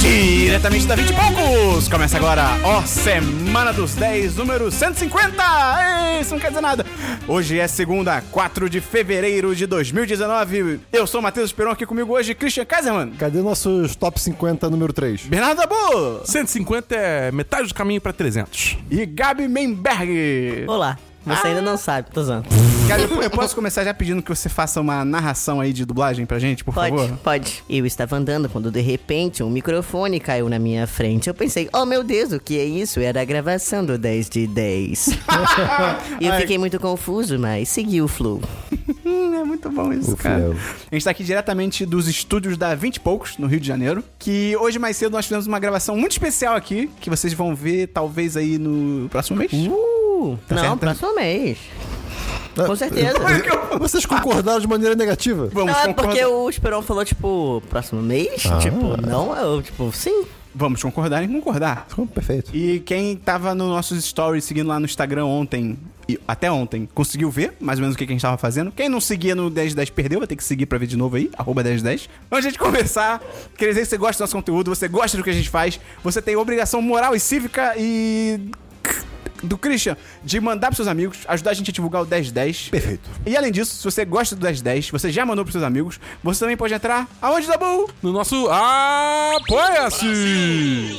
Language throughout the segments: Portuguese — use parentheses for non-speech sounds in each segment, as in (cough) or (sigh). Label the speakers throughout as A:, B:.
A: diretamente da 20 e poucos. Começa agora, ó, Semana dos 10, número 150. Ei, Isso não quer dizer nada. Hoje é segunda, 4 de fevereiro de 2019. Eu sou o Matheus Peron, aqui comigo hoje, Christian Kaiserman,
B: Cadê nossos top 50 número 3?
A: Bernardo Dabu
C: 150 é metade do caminho pra 300.
A: e Gabi Memberg.
D: Olá, você ainda
A: Ah.
D: não sabe, tô usando.
A: Cara, eu, eu posso começar já pedindo que você faça uma narração aí de dublagem pra gente, por
D: Pode,
A: favor?
D: pode. Eu estava andando quando de repente um microfone caiu na minha frente. Eu pensei, oh meu Deus, o que é isso? Era a gravação do 10
A: (laughs)
D: de 10. e eu fiquei muito confuso, mas segui o flow.
A: Hum, é muito bom isso,
B: Ufa,
A: cara.
B: eu.
A: A gente tá aqui diretamente dos estúdios da 20 e poucos, no Rio de Janeiro. Que hoje mais cedo nós fizemos uma gravação muito especial aqui, que vocês vão ver talvez aí no próximo mês.
D: Uh,
A: Tá
D: não,
A: certo. Ah,
D: próximo mês. Com certeza.
B: Ah, (laughs) Vocês concordaram de maneira negativa?
A: Vamos,
D: Não, é
A: concordar,
D: porque o Esperon falou, tipo, próximo mês?
A: Ah.
D: Tipo, não, eu, tipo, sim.
A: Vamos concordar em concordar.
B: Ficou Perfeito.
A: E quem tava nos nossos stories seguindo lá no Instagram ontem, e até ontem, conseguiu ver mais ou menos o que que a gente tava fazendo. Quem não seguia no 1010 perdeu, vai ter que seguir pra ver de novo aí, arroba 1010. Antes de a gente (laughs) conversar, quer dizer que você gosta do nosso conteúdo, você gosta do que a gente faz, você tem obrigação moral e cívica e. do Christian de mandar pros seus amigos, ajudar a gente a divulgar o 1010.
B: Perfeito.
A: E além disso, se você gosta do 1010, você já mandou pros seus amigos, você também pode entrar aonde, Dabu?
C: No nosso Apoia-se!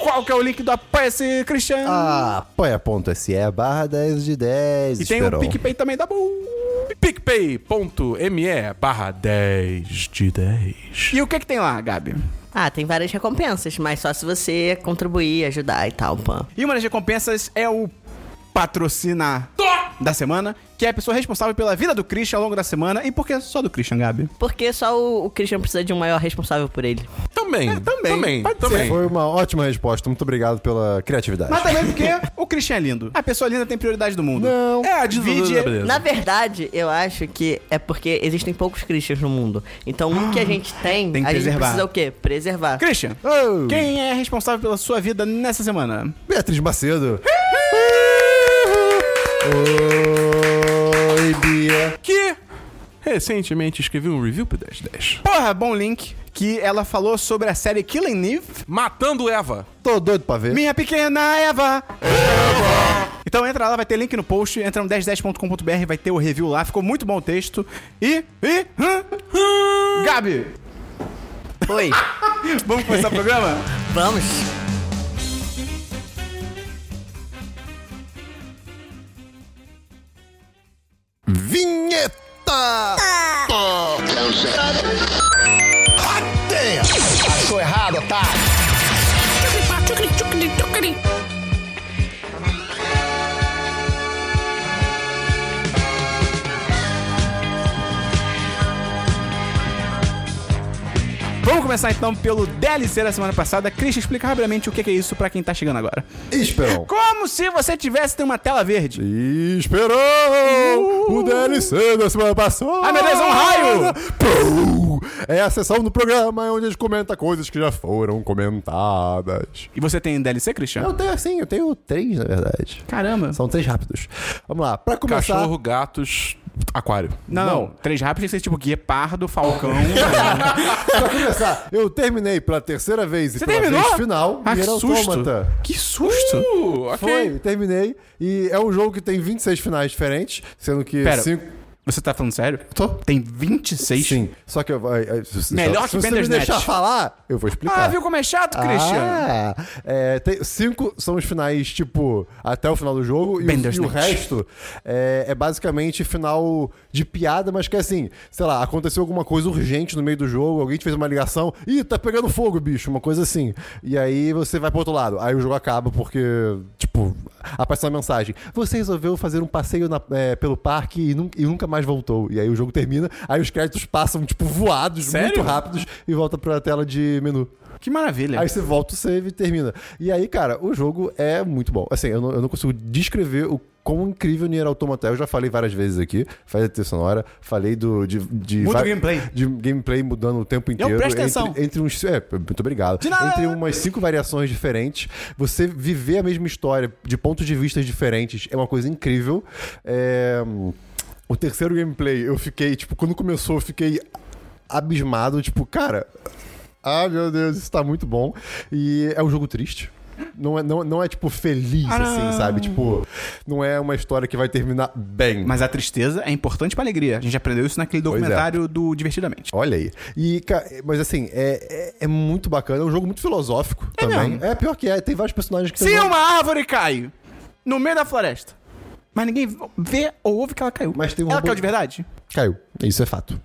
A: Qual que é o link do Apoia-se, Christian?
B: Ah, Apoia.se barra 10 de 10.
A: E tem um o
B: Esperon.
A: PicPay também, da Bull.
C: PicPay.me barra 10 de 10.
A: E o que que tem lá, Gabi?
D: Ah, tem várias recompensas, mas só se você contribuir, ajudar e tal, pã.
A: E uma das recompensas é o patrocinar da semana, que é a pessoa responsável pela vida do Christian ao longo da semana. E por que só do Christian, Gabi?
D: Porque só o, o Christian precisa de um maior responsável por ele.
C: Também,
A: É, também,
C: também,
A: pode
C: também.
B: Foi um uma ótima resposta. Muito obrigado pela criatividade.
A: Mas também porque (laughs) o Christian é lindo. A pessoa linda tem prioridade do mundo.
B: Não.
C: É a divide...
A: Divide-
D: Na verdade, eu acho que é porque existem poucos Christians no mundo. Então, um que a gente tem,
A: Tem que
D: a gente
A: preservar.
D: precisa o quê? Preservar.
A: Christian,
B: Oh.
A: quem é responsável pela sua vida nessa semana?
B: Beatriz Macedo. Oi, Bia.
C: Que recentemente escrevi um review pro 1010.
A: Porra, bom link, que ela falou sobre a série Killing Eve.
C: Matando Eva.
B: Tô doido pra ver.
A: Minha pequena Eva! Então entra lá, vai ter link no post, entra no 1010.com.br, vai ter o review lá, ficou muito bom o texto. E. e. hã? hã? Gabi!
D: Oi,
A: (laughs) Vamos começar o programa?
D: vamos.
B: Vinheta!
A: Vamos começar então pelo DLC da semana passada. Christian, explica rapidamente o que que é isso pra quem tá chegando agora.
B: Esperon.
A: Como se você tivesse uma tela verde.
B: Esperon! O DLC da semana passada!
A: Ai, meu Deus, é um raio!
B: Pum! É a sessão do programa onde a gente comenta coisas que já foram comentadas.
A: E você tem DLC, Christian?
B: Eu tenho, assim, eu tenho três, na verdade.
A: Caramba.
B: São três rápidos. Vamos lá, pra começar...
C: Cachorro, gatos, aquário.
A: Não, não. Três rápidos tem que ser tipo Guepardo,
B: (laughs)
A: Falcão.
B: pra começar, tá, eu terminei pela terceira vez e
A: Você
B: pela
A: terminou?
B: vez final.
A: Ah, que
B: Nier
A: susto.
B: Automata.
A: Que susto.
C: Uh, ok.
B: Foi, terminei. E é um jogo que tem 26 finais diferentes, sendo que
A: Pera.
B: cinco...
A: Você tá falando sério?
B: Tô.
A: Tem 26?
B: Sim, só que eu... vai- vai- se-
A: Melhor
B: se
A: que
B: você me
A: Bandersnatch.
B: deixar falar, eu vou explicar.
A: Ah, viu como é chato, Christian?
B: Ah, é, tem- cinco são os finais, tipo, até o final do jogo. E, o, e o
A: Bandersnatch.
B: resto é, é basicamente final de piada, mas que é assim, sei lá, aconteceu alguma coisa urgente no meio do jogo, alguém te fez uma ligação, ih, tá pegando fogo, bicho, uma coisa assim. E aí você vai pro outro lado. Aí o jogo acaba porque, tipo, aparece uma mensagem. Você resolveu fazer um passeio na- é, pelo parque e, nun- e nunca mais voltou. E aí o jogo termina, aí os créditos passam, tipo, voados, muito
C: Sério?
B: rápidos, e volta pra tela de menu.
A: Que maravilha.
B: Aí você volta o save e termina. E aí, cara, o jogo é muito bom. Assim, eu não, eu não consigo descrever o quão incrível Nier Automata é. Eu já falei várias vezes aqui. Falei da trilha sonora, falei do... De, de
A: Muda o
B: va-
A: gameplay.
B: De gameplay mudando o tempo inteiro.
A: presta
B: entre-
A: atenção.
B: Entre, uns... É, muito obrigado.
A: De nada.
B: Entre umas cinco variações diferentes. Você viver a mesma história de pontos de vista diferentes é uma coisa incrível. É... O terceiro gameplay, eu fiquei, tipo, quando começou, eu fiquei abismado, tipo, cara, Ah, meu Deus, isso tá muito bom. E é um jogo triste. Não é, não, não é tipo, feliz,
A: Ah,
B: assim, sabe? Tipo, não é uma história que vai terminar bem.
A: Mas a tristeza é importante pra alegria. A gente aprendeu isso naquele
B: é.
A: documentário do Divertidamente.
B: Olha aí. E, ca- mas assim, é, é, é muito bacana. É um jogo muito filosófico também.
A: mesmo?
B: É pior que é. Tem vários personagens que
A: Se
B: tem-
A: uma árvore cai no meio da floresta, mas ninguém vê ou ouve que ela caiu.
B: Mas tem um
A: ela
B: robô-
A: caiu de verdade?
B: Caiu. Isso é fato.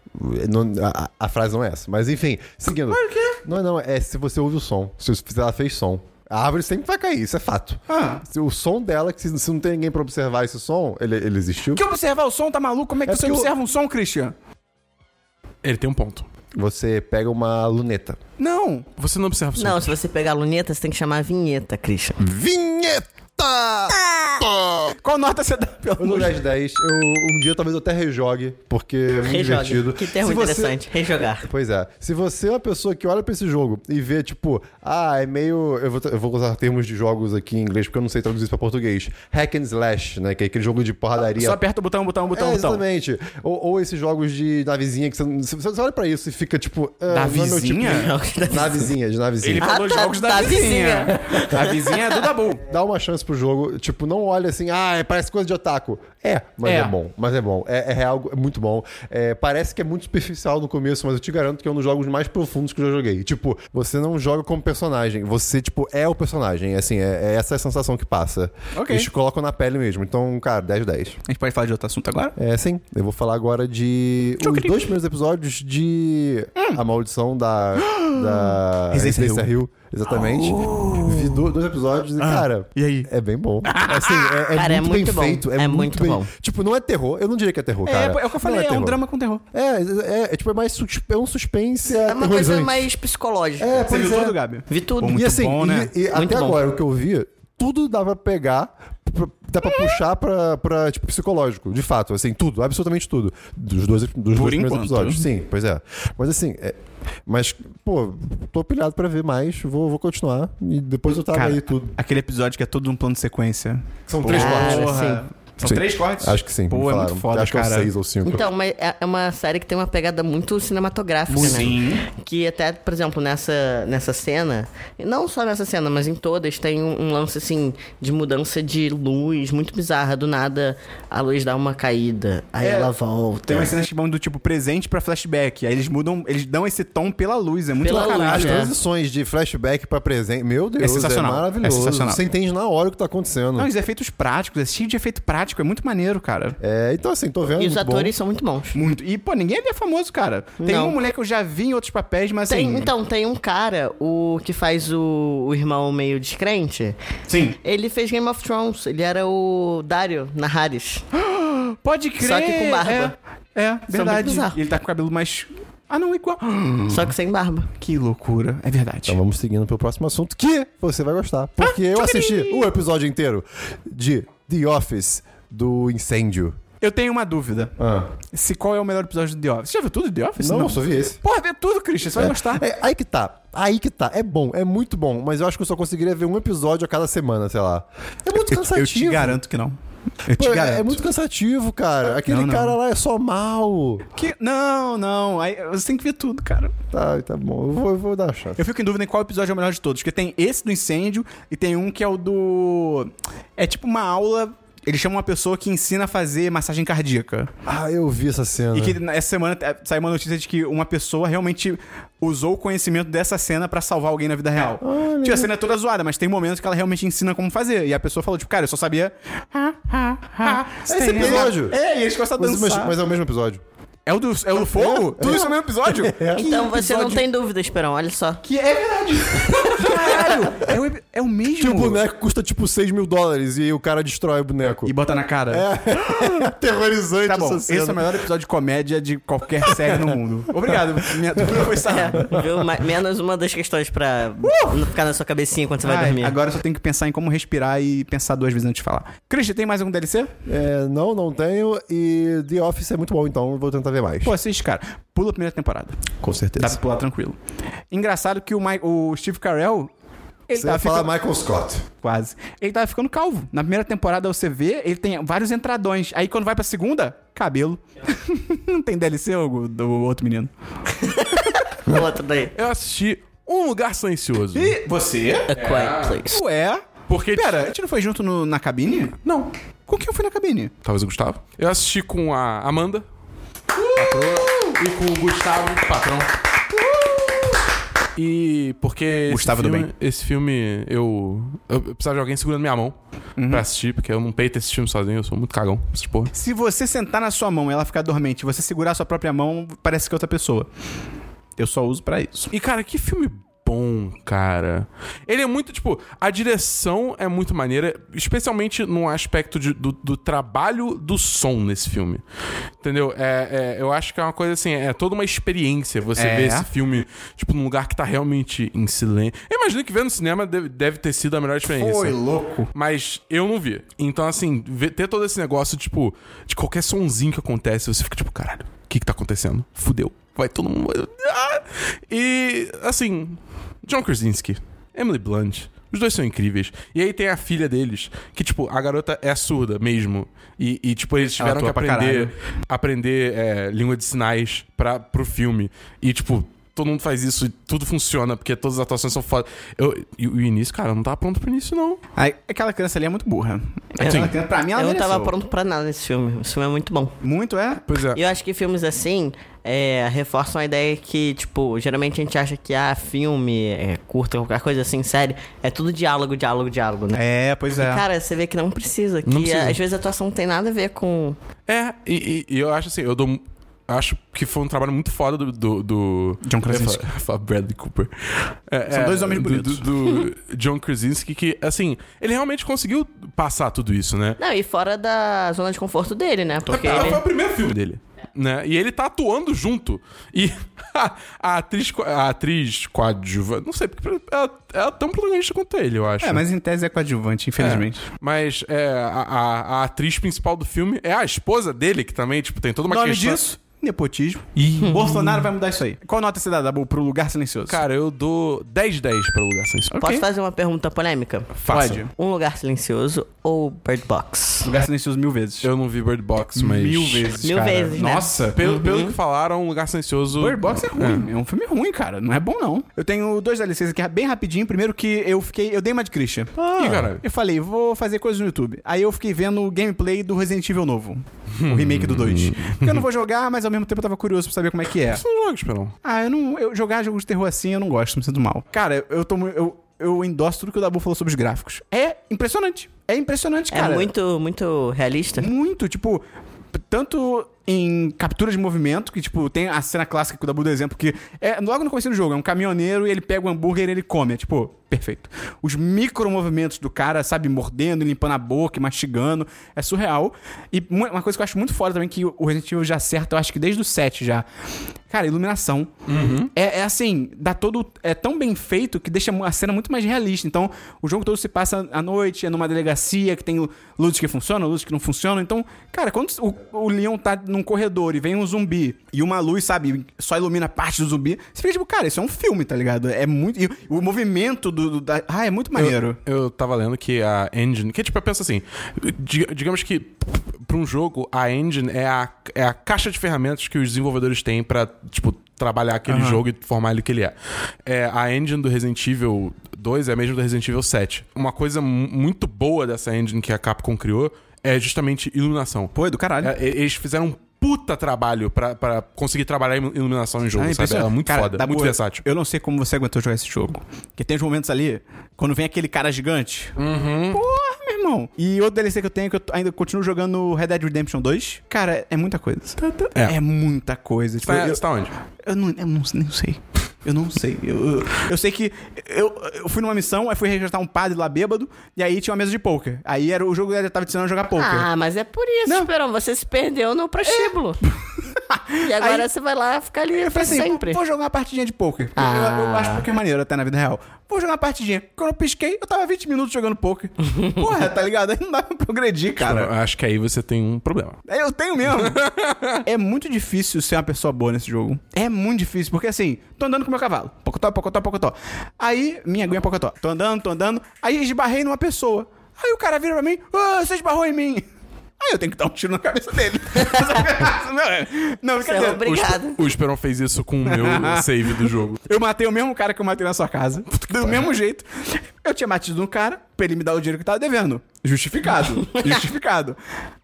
B: Não- a, a frase não é essa. Mas enfim, seguindo. Por quê? Não, não. É se você ouve o som. Se você- se ela fez som. A árvore sempre vai cair, isso é fato.
A: Ah.
B: Se o som dela, que se, se não tem ninguém pra observar esse som, ele, ele existiu.
A: Que observar o som, tá maluco? Como é que
B: É
A: você
B: porque eu-
A: observa um som, Christian?
C: Ele tem um ponto.
B: Você pega uma luneta.
A: Não.
C: Você não observa o som.
D: Não, se você pegar a luneta, você tem que chamar a vinheta, Christian.
B: Hum, Vinheta!
A: Ah! Qual nota você dá pelo
B: No
A: amor de
B: 10 10, eu, um dia talvez eu até rejogue, porque é muito divertido.
D: Que termo
B: Se você-
D: interessante. Rejogar.
B: Pois é. Se você é uma pessoa que olha pra esse jogo e vê, tipo, ah, é meio. Eu vou, eu vou usar termos de jogos aqui em inglês porque eu não sei traduzir isso pra português. Hack and slash, né? Que é aquele jogo de
A: Deus?
B: porradaria.
A: Só aperta o botão, botão, botão,
B: é,
A: botão.
B: exatamente. Ou, ou esses jogos de navezinha que você, não- você você olha pra isso e fica tipo. ah,
A: Da
B: não é meu
D: (laughs)
A: vizinha?
B: Tipo, navezinha, de navezinha.
A: Ele
D: Ah,
A: falou
D: tá,
A: jogos da,
D: da
A: vizinha. (laughs) a vizinha é do Dabu.
B: Dá uma chance pro jogo. Tipo, não olha assim, ah, parece coisa de otaku. É, mas é,
A: É.
B: bom. Mas é bom. É, é real, é muito bom. É, parece que é muito superficial no começo, mas eu te garanto que é um dos jogos mais profundos que eu já joguei. Tipo, você não joga como personagem. Você, tipo, é o personagem. Assim, é, é essa a sensação que passa.
A: Ok.
B: Eles te colocam na pele mesmo. Então, cara, 10 10.
A: A gente pode falar de outro assunto agora?
B: É, sim. Eu vou falar agora de os
A: Tchucri.
B: dois primeiros episódios de
A: Hum.
B: A Maldição da,
A: (gasps)
B: da
A: Residência
B: Residência Hill. Exatamente. Vi do- dois episódios e, cara,
A: Oh. Ah, e aí?
B: é
A: (laughs)
B: bem bom. Assim, é, é
D: Cara, é
B: muito, bem
D: muito bom.
B: feito. É,
D: É
B: muito,
D: muito
B: bem...
D: bom.
B: Tipo, não é terror. Eu não diria que é terror,
A: é,
B: cara.
A: é o que eu falei,
B: Não
A: é, um
B: terror.
A: drama com terror.
B: É, é, é, tipo, é mais suspe- é um suspense
D: É uma coisa
B: aterrorizante.
D: mais psicológica.
B: É,
A: Você
B: pois
A: viu
B: é.
A: tudo, Gabi?
D: Vi tudo.
A: Pô, muito
B: e assim,
A: bom,
B: e-
A: né?
B: e até agora o que eu vi, tudo dá pra pegar, pra- dá pra puxar pra, pra, tipo, psicológico, de fato, assim, tudo, absolutamente tudo. Dos dois, dos dois primeiros
A: enquanto.
B: episódios. Sim, pois é. Mas assim, é- mas, pô, tô pilhado pra ver mais, vou, vou continuar e depois eu trago
A: Cara,
B: aí tudo.
A: Aquele episódio que é todo um plano de sequência.
B: São
A: Pô,
B: três cortes.
A: porra. São
B: Sim.
A: três cortes?
B: Acho que sim, me
A: Pô, é
B: falaram.
A: muito foda,
B: Acho que
A: cara.
B: é seis ou cinco.
D: Então, mas é é uma série que tem uma pegada muito cinematográfica, né?
A: Sim.
D: Que até, por exemplo, nessa, nessa cena, e não só nessa cena, mas em todas, tem um, um lance, assim, de mudança de luz muito bizarra. Do nada, a luz dá uma caída, aí
A: É.
D: ela volta.
A: Tem umas cenas que vão do tipo presente pra flashback. Aí eles mudam, eles dão esse tom pela luz. É muito
D: Pela
A: do caralho.
B: As
D: luz, É.
B: transições de flashback pra presente, meu Deus, é,
A: sensacional.
B: maravilhoso.
A: É sensacional.
B: Você entende na hora o que tá acontecendo.
A: Não, os efeitos práticos, é cheio de efeito prático, é muito maneiro, cara.
B: É, então assim, tô vendo.
D: E os
B: muito bom.
D: atores são muito bons.
A: Muito. E, pô, ninguém ali é famoso, cara. Tem
D: Não.
A: uma mulher que eu já vi em outros papéis, mas
D: Tem-
A: assim.
D: então, tem um cara, o que faz o, o irmão meio descrente.
A: Sim.
D: Ele fez Game of Thrones. Ele era o Dario Naharis.
A: Pode crer.
D: Só que com barba.
A: É, é
D: muito
A: verdade.
D: bizarro.
A: E ele tá com o cabelo mais. Ah, não, igual. (gasps)
D: Só que sem barba.
A: Que loucura. É verdade.
B: Então vamos seguindo pro próximo assunto que você vai gostar. Porque eu assisti o episódio inteiro de The Office do incêndio.
A: Eu tenho uma dúvida.
B: Ah,
A: Se qual é o melhor episódio do The Office? Você já viu tudo do The Office?
B: não, eu só vi esse.
A: Porra, vê tudo, Christian. Você vai gostar.
B: É, aí que tá, aí que tá. É bom, é muito bom, mas eu acho que eu só conseguiria ver um episódio a cada semana, sei lá. É muito cansativo.
A: Eu te garanto que não. Eu te
B: Pô, é-
A: garanto.
B: é muito cansativo, cara. Aquele
A: Não, não.
B: cara lá é só mal.
A: Que- Não, não. Aí, você tem que ver tudo, cara.
B: Tá, tá bom. Eu vou, eu vou dar uma chance.
A: Eu fico em dúvida em qual episódio é o melhor de todos. Porque tem esse do incêndio e tem um que é o do. É tipo uma aula. Eles chamam uma pessoa que ensina a fazer massagem cardíaca.
B: Ah, eu vi essa cena.
A: E que essa semana eh, saiu uma notícia de que uma pessoa realmente usou o conhecimento dessa cena pra salvar alguém na vida real. Tipo, a cena é toda zoada, mas tem momentos que ela realmente ensina como fazer. E a pessoa falou, tipo, cara, eu só sabia.
B: esse episódio.
A: É, e eles gostam de
B: mas, mas-
A: dançar.
B: mas é o mesmo episódio.
A: É o do, é o do fogo? Tudo isso é o mesmo
B: (laughs)
A: episódio?
D: Então
A: Que
D: você não
A: episódio
D: tem dúvida, Esperão. Olha só.
A: Que é verdade. Caralho, é o, epi- é o mesmo.
B: Que o boneco custa tipo 6 mil dólares e o cara destrói o boneco.
A: E bota na cara.
B: Aterrorizante
A: Tá bom,
B: É, tipo essa
A: esse
B: cena.
A: é o melhor episódio de comédia de qualquer série no mundo. Obrigado, minha dúvida foi
D: É.
A: sarada.
D: (laughs) Viu? Ma- Menos uma das questões pra não ficar na sua cabecinha quando você vai
A: Uh! Ai,
D: dormir.
A: agora eu só tenho que pensar em como respirar e pensar duas vezes antes de falar. Christian, tem mais algum DLC?
B: É, não, não tenho. E The Office é muito bom, então eu vou tentar ver mais.
A: Pô, assiste, cara. Pula a primeira temporada.
B: com certeza.
A: Dá pra pular tranquilo. Engraçado que o, Mi- o Steve Carell... Ele
B: Você vai
A: tava
B: falar
A: ficando...
B: Michael Scott.
A: Quase. Ele tava ficando calvo. Na primeira temporada, você vê, ele tem vários entradões. Aí, quando vai pra (laughs) segunda, cabelo. Não tem DLC, o, do outro menino.
D: O outro daí.
C: Eu assisti Um Lugar Silencioso. É
A: E você?
D: A
A: É.
D: Quiet Place.
A: Ué?
C: Porque-
A: Tipo, Pera, a gente não foi junto no- na cabine?
C: Não.
A: Com quem eu fui na cabine?
C: Talvez o Gustavo. Eu assisti com a Amanda, patroa, e com o Gustavo, patrão. E porque
A: Gustavo do
C: esse, filme,
A: bem.
C: esse filme eu, eu precisava de alguém segurando minha mão
A: Uhum.
C: pra assistir, porque eu não peito esse filme sozinho, eu sou muito cagão, essas porra.
A: Se você sentar na sua mão e ela ficar dormente, você segurar a sua própria mão, parece que é outra pessoa. Eu só uso pra isso.
C: E, cara, que filme bom, cara. Ele é muito, tipo, a direção é muito maneira, especialmente no aspecto de- do, do trabalho do som nesse filme. Entendeu? É, é, eu acho que é uma coisa assim, é toda uma experiência você
A: É.
C: ver esse filme, tipo, num lugar que tá realmente em silêncio. Eu imagino que ver no cinema deve, deve ter sido a melhor experiência.
A: louco.
C: Mas eu não vi. Então, assim, ver- ter todo esse negócio, tipo, de qualquer sonzinho que acontece, você fica tipo, caralho, o que que tá acontecendo? Fudeu. Vai todo mundo. Ah! E, assim, John Krasinski, Emily Blunt. Os dois são incríveis. E aí tem a filha deles, que, tipo, a garota é surda mesmo. E, e, tipo, eles
A: Ela
C: tiveram que
A: atua pra
C: aprender, aprender é, língua de sinais pra, pro filme. E, tipo, todo mundo faz isso e tudo funciona, porque todas as atuações são foda. Eu, e o início, cara, eu não tava pronto pro início, não.
A: aquela criança ali é muito burra.
D: É.
A: Aquela criança, pra mim, ela
D: eu não
A: mereceu.
D: tava pronto pra nada nesse filme. Esse filme é muito bom.
A: Muito, é?
C: Pois é.
D: E eu acho que filmes assim é, reforçam a ideia que, tipo, geralmente a gente acha que ah, filme, é, curta, qualquer coisa assim, série, é tudo diálogo, diálogo, diálogo, né?
A: É, pois é.
D: Cara, você vê que não precisa, que ah,
C: Não precisa.
D: às vezes a atuação não tem nada a ver com.
C: É, e, e- e eu acho assim, eu dou. Acho que foi um trabalho muito foda do. do, do-
A: John Krasinski.
C: (laughs) Eu ia falar- falar Bradley Cooper. É,
A: São
C: é,
A: dois homens
C: do-
A: bonitos.
C: Do,
A: (laughs)
C: do John Krasinski, que, assim, ele realmente conseguiu passar tudo isso, né?
D: Não, e fora da zona de conforto dele, né? Porque
C: Ah,
D: ele.
C: Foi o primeiro filme dele. Né? E ele tá atuando junto. E (laughs) a atriz, co- a atriz coadjuvante. Não sei, porque ela, ela é tão protagonista quanto ele, eu acho.
A: É, mas em tese é coadjuvante, infelizmente.
C: Mas é, a, a- a atriz principal do filme é a esposa dele, que também, tipo, tem toda uma
A: Nome
C: questão.
A: disso? Nepotismo.
C: Ih.
A: Bolsonaro vai mudar isso aí. Qual nota você dá, Dabu, pro lugar silencioso?
C: Cara, eu dou 10 10 pra lugar silencioso.
D: Posso fazer uma pergunta polêmica?
A: Pode.
D: Um lugar silencioso ou Bird Box?
A: Lugar silencioso mil vezes.
C: Eu não vi Bird Box, mas.
A: Mil vezes, Uhum.
D: Mil
A: cara.
D: vezes, né?
A: Nossa,
C: Pelo, pelo que falaram, Lugar Silencioso.
A: Bird Box é ruim, é. um filme ruim, cara. Não é bom, não. Eu tenho dois DLCs aqui bem rapidinho. Primeiro que eu fiquei. Eu dei uma de Christian.
C: Ih, caralho.
A: Eu falei, vou fazer coisas no YouTube. Aí eu fiquei vendo o gameplay do Resident Evil novo. o remake do (laughs) 2. Porque eu não vou jogar, mas ao mesmo tempo eu tava curioso pra saber como é que é.
C: Isso não joga, Esperão.
A: Ah, eu não. Eu jogar jogo de terror assim, eu não gosto, me sinto mal. Cara, eu tô. mu- Eu, eu endosso tudo que o Dabu falou sobre os gráficos. É impressionante. É impressionante,
D: É
A: cara.
D: muito, muito realista.
A: Muito, tipo, p- tanto em captura de movimento, que, tipo, tem a cena clássica que o Dabu do exemplo, que é logo no começo do jogo, é um caminhoneiro e ele pega o hambúrguer e ele come. É, tipo, perfeito. Os micro movimentos do cara, sabe, mordendo, e limpando a boca, e mastigando, é surreal. E mu- uma coisa que eu acho muito foda também, que o Resident Evil já acerta, eu acho que desde o 7 já. Cara, iluminação. É, é assim, dá todo. É tão bem feito que deixa a cena muito mais realista. Então, o jogo todo se passa à noite, é numa delegacia que tem luzes que funcionam, luzes que não funcionam. Então, cara, quando o, o Leon tá num corredor e vem um zumbi e uma luz, sabe, só ilumina parte do zumbi, você fica tipo, cara, isso é um filme, tá ligado? É muito. E o movimento do. do- da, ah, é muito maneiro.
C: Eu, eu tava lendo que a engine. Que tipo, eu penso assim. di- Digamos que pra um jogo, a engine é a, é a caixa de ferramentas que os desenvolvedores têm pra, tipo, trabalhar aquele jogo e formar ele que ele é. é. A engine do Resident Evil 2 é a mesma do Resident Evil 7. Uma coisa mu- muito boa dessa engine que a Capcom criou é justamente iluminação.
A: Pô, é do caralho.
C: É, e- eles fizeram um puta trabalho pra, pra conseguir trabalhar ilu- iluminação em jogo,
A: Ah,
C: sabe? Ela é
A: impressionante.
C: muito
A: Cara,
C: foda,
A: dá
C: muito
A: boa.
C: versátil.
A: Eu não sei como você aguentou jogar esse jogo. Porque tem uns momentos ali, quando vem aquele cara gigante.
C: Uhum.
A: Porra, meu irmão. E outro DLC que eu tenho, que eu t- ainda continuo jogando no Red Dead Redemption 2. Cara, é muita coisa. É,
C: É.
A: muita coisa. Tipo,
C: Tá,
A: eu,
C: você tá onde?
A: eu não, eu não, nem sei. Eu não sei. Eu, eu- eu sei que eu, eu fui numa missão, aí fui resgatar um padre lá bêbado, e aí tinha uma mesa de poker. Aí era, o jogo ele tava te ensinando a jogar poker.
D: Ah, mas é por isso,
A: Não.
D: Esperão. Você se perdeu no prostíbulo. e agora
A: Aí-
D: você vai lá ficar ali
A: Eu
D: pra
A: falei assim,
D: sempre.
A: vou jogar uma partidinha de poker. Eu-
D: Ah.
A: Eu, eu acho poker maneiro até na vida real. Vou jogar uma partidinha. Quando eu pisquei, eu tava 20 minutos jogando
D: (laughs)
A: poker. Porra, tá ligado? Aí não dá pra progredir,
C: Eu
A: cara.
C: acho que aí você tem um problema.
A: É, Eu tenho
D: (laughs)
A: mesmo. é muito difícil ser uma pessoa boa nesse jogo. É muito difícil, porque assim, tô andando com meu cavalo. Pocotó, pocotó, pocotó. Aí, minha aguinha é pocotó. Tô andando, tô andando. Aí esbarrei numa pessoa. Aí o cara vira pra mim, ah, você esbarrou em mim. Aí eu tenho que dar um tiro na cabeça dele. (laughs) não,
D: Você
A: brincadeira.
D: é obrigado.
C: O Esperon fez isso com
A: (laughs)
C: o meu save do jogo.
A: Eu matei o mesmo cara que eu matei na sua casa. Do mesmo jeito. Eu tinha batido no cara pra ele me dar o dinheiro que eu tava devendo. Justificado. justificado.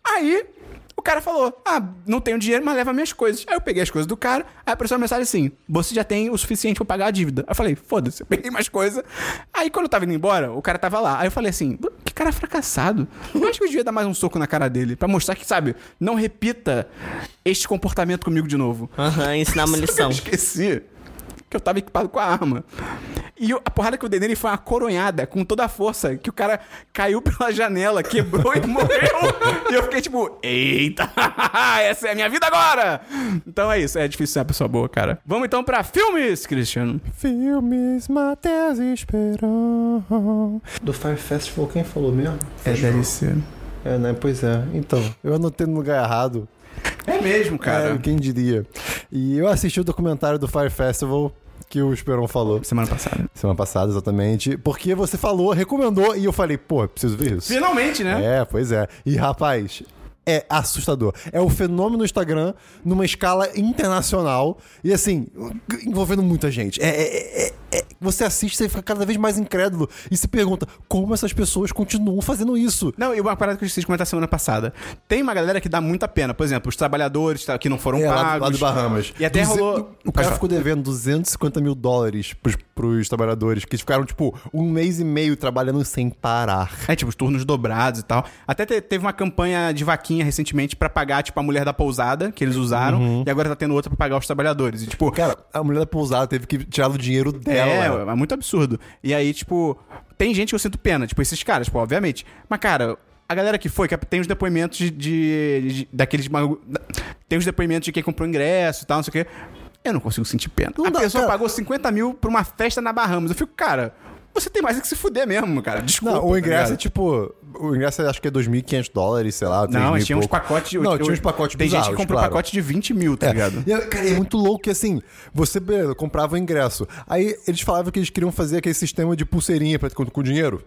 A: Aí. O cara falou: Ah, não tenho dinheiro, mas leva minhas coisas. Aí eu peguei as coisas do cara, aí apareceu uma mensagem assim: Você já tem o suficiente pra pagar a dívida. Aí eu falei: Foda-se, eu peguei mais coisas. Aí quando eu tava indo embora, o cara tava lá. Aí eu falei assim: Que cara fracassado. Eu acho que eu devia dar mais um soco na cara dele, pra mostrar que, sabe, não repita este comportamento comigo de novo.
D: Aham, ensinar uma
A: Só que Eu
D: lição.
A: esqueci que eu tava equipado com a arma. E o- a porrada que eu dei nele foi uma coronhada com toda a força, que o cara caiu (laughs) pela janela, quebrou e morreu. e eu fiquei tipo, eita, (laughs) essa é a minha vida agora! Então é isso, é difícil ser uma pessoa boa, cara. Vamos então pra filmes, Cristiano.
B: Filmes Matheus Esperon.
E: Do Fire Festival, quem falou mesmo?
A: É, deve ser.
E: É, né? Pois é. Então,
B: Eu anotei no lugar errado.
A: É mesmo, cara.
B: É, quem diria? E eu assisti o documentário do Fire Festival que o Esperon falou.
A: Semana passada.
B: Semana passada, exatamente. Porque você falou, recomendou, e eu falei, pô, eu preciso ver isso.
A: Finalmente, né?
B: É, pois é. E, rapaz, é assustador. É o fenômeno do Instagram numa escala internacional e, assim, envolvendo muita gente. É, é- é- é- Você assiste e fica cada vez mais incrédulo e se pergunta como essas pessoas continuam fazendo isso.
A: Não, e uma parada que eu esqueci de comentar semana passada. Tem uma galera que dá muita pena. Por exemplo, os trabalhadores tá, que não foram
B: É,
A: pagos.
B: lá, do- lá do Bahamas.
A: E até
B: Duze-
A: rolou...
B: O cara ficou devendo 250 mil dólares pros, pros trabalhadores, que ficaram, tipo, um mês e meio trabalhando sem parar.
A: É, tipo, os turnos dobrados e tal. Até te- teve uma campanha de vaquinha recentemente pra pagar, tipo, a mulher da pousada, que eles usaram,
B: Uhum.
A: e agora tá tendo outra pra pagar os trabalhadores. E, tipo,
B: Cara, a mulher da pousada teve que tirar o dinheiro dela.
A: é, é muito absurdo. E aí, tipo, tem gente que eu sinto pena, tipo, esses caras, tipo, obviamente. Mas, cara, a galera que foi, que tem os depoimentos de. de- de- daqueles. malu- da- Tem os depoimentos de quem comprou ingresso e tal, não sei o quê. Eu não consigo sentir pena.
B: Não
A: a
B: dá,
A: pessoa
B: cara.
A: pagou 50 mil pra uma festa na Bahamas. Eu fico, cara. Você tem mais é que se fuder mesmo, cara. Desculpa.
B: Não, o
A: tá
B: ingresso é
A: ligado?
B: tipo. O ingresso é, acho que é 2.500 dólares, sei lá. 3
A: Não,
B: mil
A: mas
B: e
A: tinha uns
B: pouco.
A: pacotes. de-
B: Não,
A: eu-
B: tinha uns pacotes
A: Tem gente
B: bizarros,
A: que comprou
B: claro.
A: pacote de 20 mil, tá ligado?
B: E, cara, é muito louco que assim, você, beleza, comprava o ingresso. Aí eles falavam que eles queriam fazer aquele sistema de pulseirinha pra, com, com dinheiro.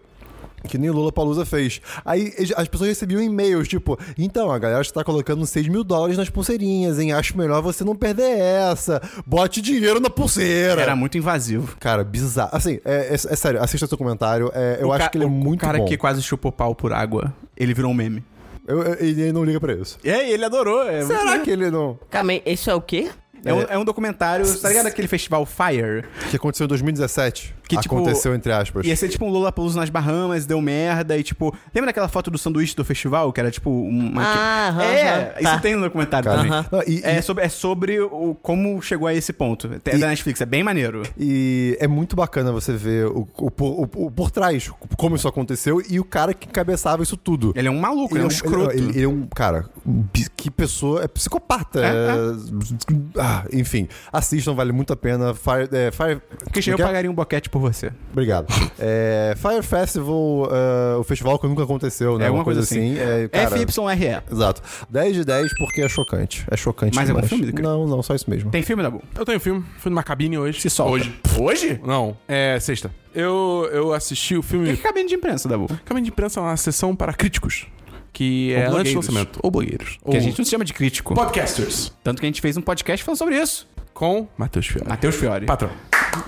B: Que nem o Lula Palusa fez. Aí eles- as pessoas recebiam e-mails, tipo, então, a galera está colocando 6 mil dólares nas pulseirinhas, hein? Acho melhor você não perder essa. Bote dinheiro na pulseira.
A: Era muito invasivo.
B: Cara, bizarro. Assim, é, é- é sério, assista esse documentário. É, eu
A: O
B: acho
A: ca-
B: que ele é
A: o-
B: muito
A: O cara
B: bom.
A: que quase chupou pau por água, ele virou um meme.
B: Eu- eu- ele não liga pra isso.
A: E aí, ele adorou. É muito
B: Será
A: legal.
B: que ele não.
D: Calma aí, isso é o quê?
A: É um, é um documentário, tá ligado aquele festival Fire?
B: Que aconteceu em 2017?
A: Que, tipo,
B: aconteceu, entre aspas.
A: Ia ser tipo um Lollapalooza nas Bahamas, deu merda e tipo... Lembra aquela foto do sanduíche do festival? Que era tipo uma...
D: Ah, aham,
A: É,
D: aham,
A: isso
D: tá.
A: tem no documentário também.
D: Aham.
B: Não, e-
A: É sobre, é sobre o, como chegou a esse ponto. É da Netflix, é bem maneiro.
B: E é muito bacana você ver o, o por- o- o por trás, como isso aconteceu, e o cara que encabeçava isso tudo.
A: Ele é um maluco, ele é um escroto.
B: Ele, ele é um, cara, um bi- que pessoa, é psicopata.
A: É,
B: é- ah, enfim, assistam, vale muito a pena. Fire, é, Fire,
A: Christian, eu
B: como é que é?
A: pagaria um boquete por você. (laughs)
B: Obrigado. É, Fire Festival, é, o festival que nunca aconteceu, né?
A: É alguma coisa assim.
B: É, cara,
A: FYRE.
B: Exato. 10 de 10 porque é chocante. É chocante.
A: Mais algum
B: demais.
A: filme, Cris?
B: Não, não, só isso mesmo.
A: Tem filme, Dabu?
C: Eu tenho filme, fui numa cabine hoje.
A: Se solta.
C: Hoje.
A: Hoje?
C: Não, é sexta. Eu, eu assisti o
A: O
C: filme.
A: que é cabine de imprensa, Dabu?
C: Cabine de imprensa é uma sessão para críticos. Que é
A: Ou
C: antes do
A: blogueiros.
C: lançamento. Ou blogueiros. Ou
A: Que a gente não se chama de crítico.
C: podcasters.
A: Tanto que a gente fez um podcast falando sobre isso.
C: Com Matheus Fiore.
A: Matheus Fiore.
C: Patrão.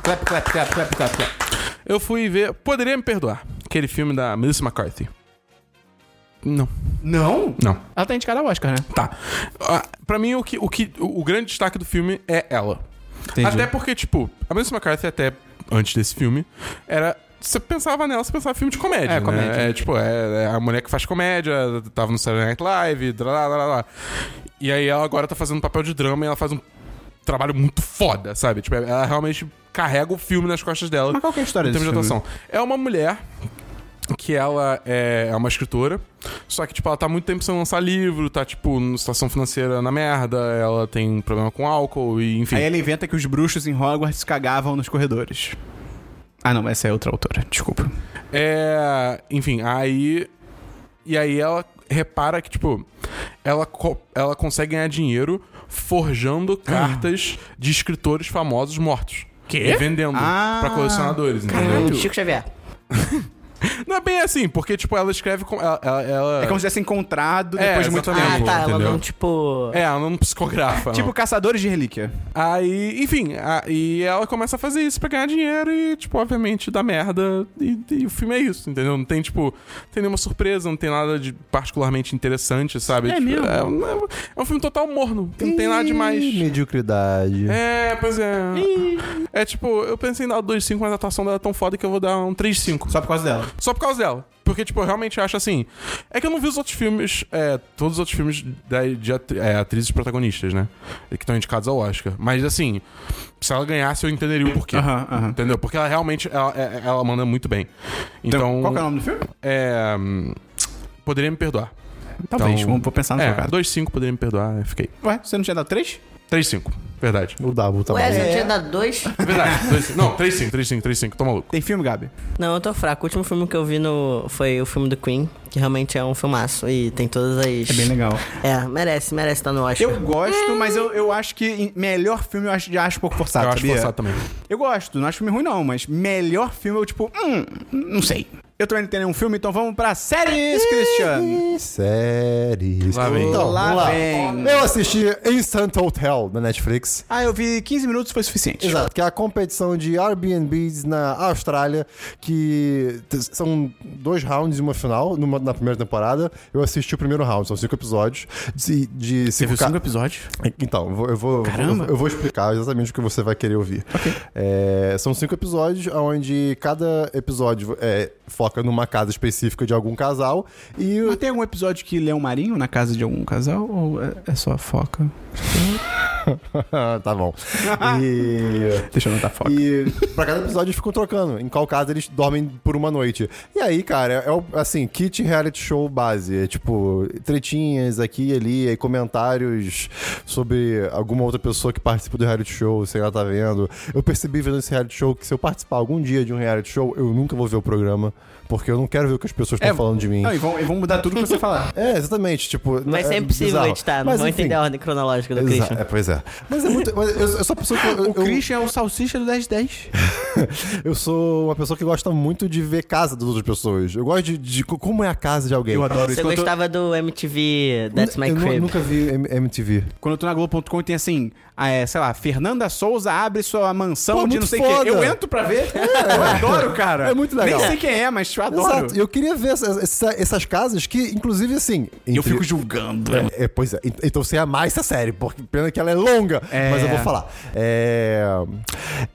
A: Clap, clap, clap, clap, clap, clap.
C: Eu fui ver. Poderia me perdoar. Aquele filme da Melissa McCarthy. Não,
A: Não?
C: não.
A: Ela tá indicada ao Oscar, né?
C: Tá. Ah, Pra mim, o, que, o, que, o grande destaque do filme é ela.
A: Entendi.
C: Até porque, tipo, a Melissa McCarthy, até antes desse filme, era. Você pensava nela, você pensava em filme de comédia.
A: É,
C: né?
A: comédia.
C: É, tipo, é, é a mulher que faz comédia, tava no Saturday Night Live, lá, lá, lá, lá. E aí ela agora tá fazendo papel de drama e ela faz um trabalho muito foda, sabe? Tipo, ela realmente carrega o filme nas costas dela.
A: Mas qual que é a história
C: em termos
A: desse
C: de atuação. É uma mulher que ela é é uma escritora, só que, tipo, ela tá há muito tempo sem lançar livro, tá, tipo, numa situação financeira na merda, ela tem um problema com álcool e, enfim.
A: Aí ela inventa que os bruxos em Hogwarts cagavam nos corredores. Ah, não, essa é outra autora, desculpa.
C: É. Enfim, aí. E aí ela repara que, tipo, ela, co- ela consegue ganhar dinheiro forjando cartas de escritores famosos mortos.
A: Ah. Quê?
C: E vendendo
A: Ah,
C: pra colecionadores, entendeu?
D: Chico Xavier.
C: Não é bem assim, porque, tipo, ela escreve com. Ela, ela- ela-
A: É como se tivesse encontrado
C: É,
A: depois de muito
C: exatamente.
A: tempo.
D: Ah, tá. Ela
C: entendeu?
D: não, tipo.
C: É, ela não psicografa.
A: (laughs) Tipo
C: não.
A: caçadores de relíquia.
C: Aí, enfim, a- e ela começa a fazer isso pra ganhar dinheiro e, tipo, obviamente dá merda. E, e o filme é isso, entendeu? Não tem, tipo, não tem nenhuma surpresa, não tem nada de particularmente interessante, sabe?
F: É
C: Tipo,
F: mesmo?
C: É, um- é um- é um filme total morno, que não tem nada
B: Ih,
C: demais.
B: Mediocridade.
C: É, pois é. É tipo, eu pensei em dar o 2,5, mas a atuação dela é tão foda que eu vou dar um 3,5.
A: Só por causa dela.
C: Só por causa dela. Porque, tipo, eu realmente acho assim. É que eu não vi os outros filmes. É, todos os outros filmes da, de atri- é, atrizes protagonistas, né? Que estão indicados ao Oscar. Mas, assim, se ela ganhasse, eu entenderia o porquê.
A: Aham, aham.
C: Entendeu? Porque ela realmente. Ela, é- ela manda muito bem. Então.
A: Qual que é o nome do filme?
C: é, hum, Poderia me perdoar.
A: Talvez,
C: Então-
A: vamos- vou pensar no seu
C: É,
A: caso.
C: 2,5 poderia me perdoar. eu Fiquei.
A: Ué, você não tinha dado três?
C: 3,5. Verdade.
B: O Dabu tá
D: Ué,
B: maluco.
D: já tinha dado dois?
C: Verdade. 2,5. Não, 3,5, 3,5, 3,5. Tô maluco.
A: Tem filme, Gabi?
D: Não, eu tô fraco. O último filme que eu vi no... foi o filme do Queen, que realmente é um filmaço e tem todas as.
A: É bem legal.
D: É, merece, merece estar no Oscar.
C: É.
A: Eu gosto, mas eu, eu acho que em- melhor filme eu acho, já acho um pouco forçado,
C: eu acho
A: Ah, sabia?
C: forçado também.
A: Eu gosto, não acho filme ruim não, mas melhor filme eu tipo, hum, não sei. Eu também não tenho nenhum filme, então vamos pra séries, Christian.
B: Séries.
C: Lá vem.
B: Então,
A: Lá
B: vamos lá.
A: vem.
B: Eu assisti Instant Hotel na Netflix.
A: Ah, eu vi 15 minutos, foi suficiente.
B: Exato, que é a competição de Airbnbs na Austrália, que t- são dois rounds e uma final numa- na primeira temporada. Eu assisti o primeiro round, são cinco episódios. De, de
A: Você
B: cinco
A: viu
B: ca-
A: cinco episódios?
B: Então, eu vou- eu vou, eu
A: Caramba.
B: vou, eu vou explicar exatamente o que você vai querer ouvir. É, são cinco episódios, onde cada episódio é, foca numa casa específica de algum casal. E
A: Mas
B: (laughs)
A: tem algum episódio que Leão Marinho na casa de algum casal? Ou é, é só a foca?
B: tá bom. E.
A: Deixa eu anotar a foca.
B: E pra cada episódio eles ficam trocando. Em qual casa eles dormem por uma noite. E aí, cara, é o, assim, kit reality show base. É tipo, tretinhas aqui e ali, aí comentários sobre alguma outra pessoa que participa do reality show, sei lá, tá vendo. Eu percebi vendo esse reality show que se eu participar algum dia de um reality show, eu nunca vou ver o programa, porque eu não quero ver o que as pessoas estão
A: É,
B: falando de mim.
A: Não, e vão, e vão mudar tudo que você falar.
B: É, exatamente, tipo...
D: Vai ser
B: é
D: impossível
B: bizarro.
D: editar, não
B: Mas,
D: vou
B: enfim,
D: entender a ordem cronológica do
B: exa-
D: Christian.
B: É, pois é. Mas é muito. mas eu, eu sou a pessoa que. eu-
A: O
B: eu-
A: Christian é o salsicha do 1010.
B: Eu sou uma pessoa que gosta muito de ver casa das outras pessoas. Eu gosto de, de co- como é a casa de alguém.
A: adoro
D: Você
A: Quando eu tô-
D: gostava do MTV That's My
B: eu nu-
D: Crib.
B: nunca vi M- MTV.
A: Quando eu tô na Globo.com e tem assim, ah, é, sei lá, Fernanda Souza abre sua mansão
B: Pô,
A: de
B: muito
A: não sei
B: foda.
A: quem. Eu entro pra
B: (laughs)
A: ver. eu adoro, cara.
B: É muito legal.
A: Nem sei quem é, mas eu adoro.
B: Exato. Eu queria ver essa- essa- essas casas que, inclusive, assim.
A: Eu
B: entre-
A: fico julgando.
B: É, pois é. Ent- Então você amar essa série, porque pena que ela é longa,
A: É.
B: mas eu vou falar. É...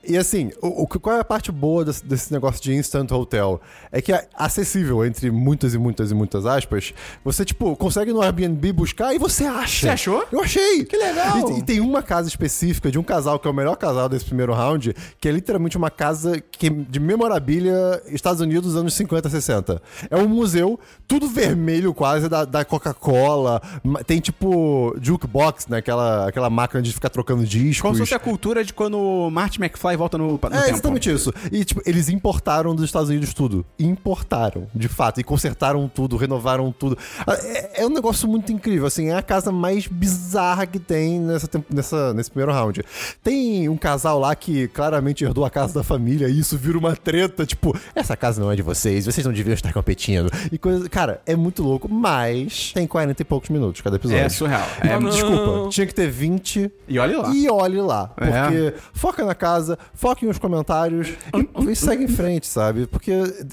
B: E assim, o, o que- qual é a parte boa desse, desse negócio de Instant Hotel? É que é acessível, entre muitas e muitas e muitas aspas. Você, tipo, consegue no Airbnb buscar e você acha.
A: Você achou?
B: Eu achei!
A: Que legal!
B: E, e tem uma casa específica de um casal que é o melhor casal desse primeiro round, que é literalmente uma casa que, é de memorabilia Estados Unidos dos anos 50, 60. É um museu, tudo vermelho quase, da, da Coca-Cola. Ma- Tem tipo jukebox, né? Aquela, aquela máquina de ficar trocando discos.
A: Como se fosse a cultura de quando o Marty McFly volta no, no
B: É
A: tempo.
B: exatamente isso. E, tipo, eles importaram dos Estados Unidos tudo. Importaram, de fato. E consertaram tudo, renovaram tudo. Ah, É, é um negócio muito incrível, assim. É a casa mais bizarra que tem nessa, temp- nessa- nesse primeiro round. Tem um casal lá que claramente herdou a casa da família e isso vira uma treta. Tipo, essa casa não é de vocês, vocês não deviam estar competindo. E coisa... Cara, é muito louco, mas tem 40 e poucos minutos cada episódio.
A: É surreal.
B: Então,
A: É,
B: desculpa, tinha que ter 20.
A: E olhe lá.
B: E olhe lá. Porque
A: É.
B: foca na casa, foca em uns comentários e, e segue em frente, sabe? Porque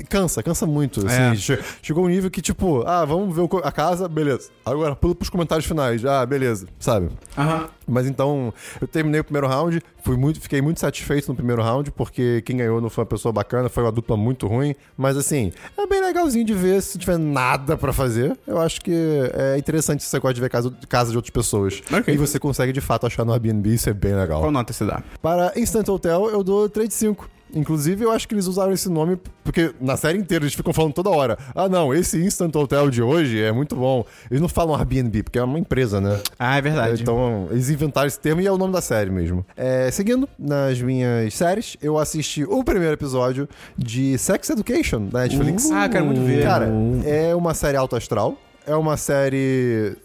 B: cansa, cansa muito. assim.
A: É.
B: Che- chegou um nível que, tipo, ah, vamos ver o co- a casa, beleza. Agora pula pros comentários finais. Ah, beleza, sabe?
A: Aham.
B: Mas então, eu terminei o primeiro round, fui muito, fiquei muito satisfeito no primeiro round, porque quem ganhou não foi uma pessoa bacana, foi uma dupla muito ruim. Mas assim, é bem legalzinho de ver se tiver nada pra fazer. Eu acho que é interessante se você gosta de ver casa, casa de outras pessoas.
A: Ok.
B: E você consegue de fato achar no Airbnb, isso é bem legal.
A: Qual nota você dá?
B: Para Instant Hotel, eu dou 3 de 5. Inclusive, eu acho que eles usaram esse nome porque na série inteira eles ficam falando toda hora. Ah, não, esse Instant Hotel de hoje é muito bom. Eles não falam Airbnb, porque é uma empresa, né?
A: Ah, é verdade.
B: Então, eles inventaram esse termo e é o nome da série mesmo. É, seguindo nas minhas séries, eu assisti o primeiro episódio de Sex Education da
A: Uh.
B: Netflix.
A: Ah, quero muito ver.
B: Cara, é uma série alto astral. É uma série.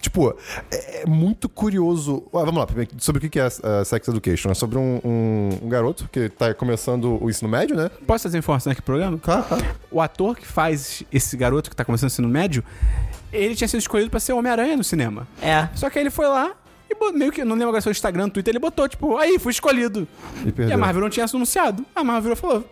B: tipo, Tipo, é é muito curioso. Ah, vamos lá, primeiro, sobre o que que é ah, Sex Education. É sobre um, um- um garoto que tá começando o ensino médio, né?
A: Posso trazer informação aqui pro programa?
B: Claro, claro.
A: O ator que faz esse garoto que tá começando o ensino médio, ele tinha sido escolhido pra ser o Homem-Aranha no cinema.
D: É.
A: Só que aí ele foi lá e bo- meio que, não lembro agora se foi o Instagram, o Twitter, ele botou, tipo, aí, fui escolhido.
B: E
A: E a
B: perdeu.
A: Marvel não tinha anunciado. A Marvel falou,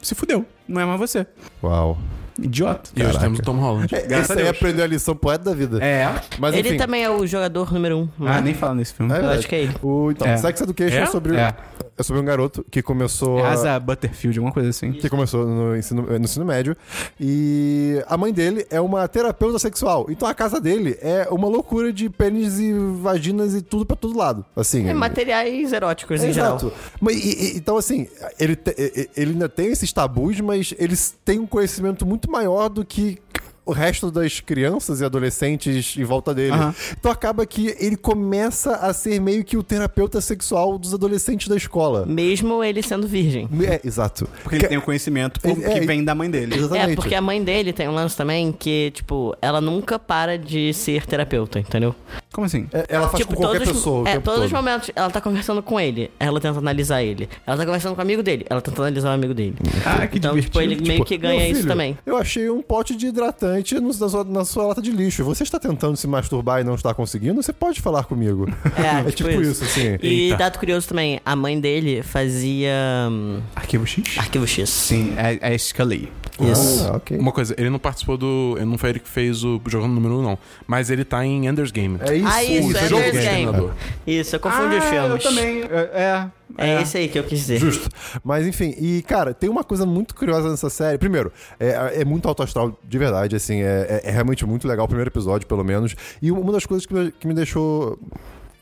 A: se fudeu, não é mais você.
B: Uau.
A: Idiota.
C: E hoje temos o Tom Holland.
A: Graças
B: Esse
A: a
B: aí
A: Deus.
B: aprendeu a lição poeta da vida.
A: É.
B: Mas enfim.
D: Ele também é o jogador número um. né?
A: Ah, nem fala nesse filme.
B: É verdade.
D: acho que é ele.
B: O, então,
A: É.
B: Sex Education é,
C: É?
B: sobre,
A: É.
B: é. sobre um garoto que começou. a-
A: Asa Butterfield, alguma coisa assim.
B: que começou no ensino, eh, no ensino médio. E a mãe dele é uma terapeuta sexual. Então a casa dele é uma loucura de pênis e vaginas e tudo pra todo lado. Assim.
D: É, materiais eróticos em geral.
B: Exato. Mas, e- e- então, assim, ele, te- e- e- ele ainda tem esses tabus, mas eles têm um conhecimento muito maior do que o resto das crianças e adolescentes em volta dele.
A: Aham.
B: Então acaba que ele começa a ser meio que o terapeuta sexual dos adolescentes da escola.
D: Mesmo ele sendo virgem.
B: É, exato.
A: Porque ele tem o conhecimento por-
B: É, é,
A: que vem da mãe dele.
B: Exatamente.
D: É, porque a mãe dele tem um lance também que, tipo, ela nunca para de ser terapeuta, entendeu?
A: Como assim?
B: É, Ela faz
D: tipo,
B: com qualquer
D: todos, os-
B: pessoa. o
D: é,
B: tempo
D: todos os
B: todo.
D: momentos ela tá conversando com ele, ela tenta analisar ele. Ela tá conversando com o amigo dele, ela tenta analisar o amigo dele.
A: Ah, que
D: então, tipo, ele
A: divertido.
D: meio que ganha
B: Meu
D: isso
B: filho, (laughs)
D: também.
B: Eu achei um pote de hidratante no- na, sua, na sua lata de lixo. Você está tentando se masturbar e não está conseguindo? Você pode falar comigo.
D: É,
B: tipo, isso, assim.
D: E
C: Eita.
D: dado curioso também, a mãe dele fazia hum,
A: Arquivo X?
D: arquivo X.
A: Ah, Sim, é, é Scully.
D: Isso.
B: Ah, ok.
C: Uma coisa, ele não participou do. Ele não foi ele que fez o jogando número 1, não. Mas ele tá em Ender's Game.
B: É isso.
D: Ah, isso,
C: isso,
D: é
C: jogo
D: Ender's
C: de
D: Game.
C: treinador.
D: Isso, eu confundi os
A: Ah, eu
D: filmes.
A: também. É,
D: É, esse aí que eu quis dizer.
B: Justo. Mas enfim, e cara, tem uma coisa muito curiosa nessa série. Primeiro, é, é muito alto astral de verdade, assim, é, é- é realmente muito legal o primeiro episódio, pelo menos. E uma das coisas que me, que me deixou.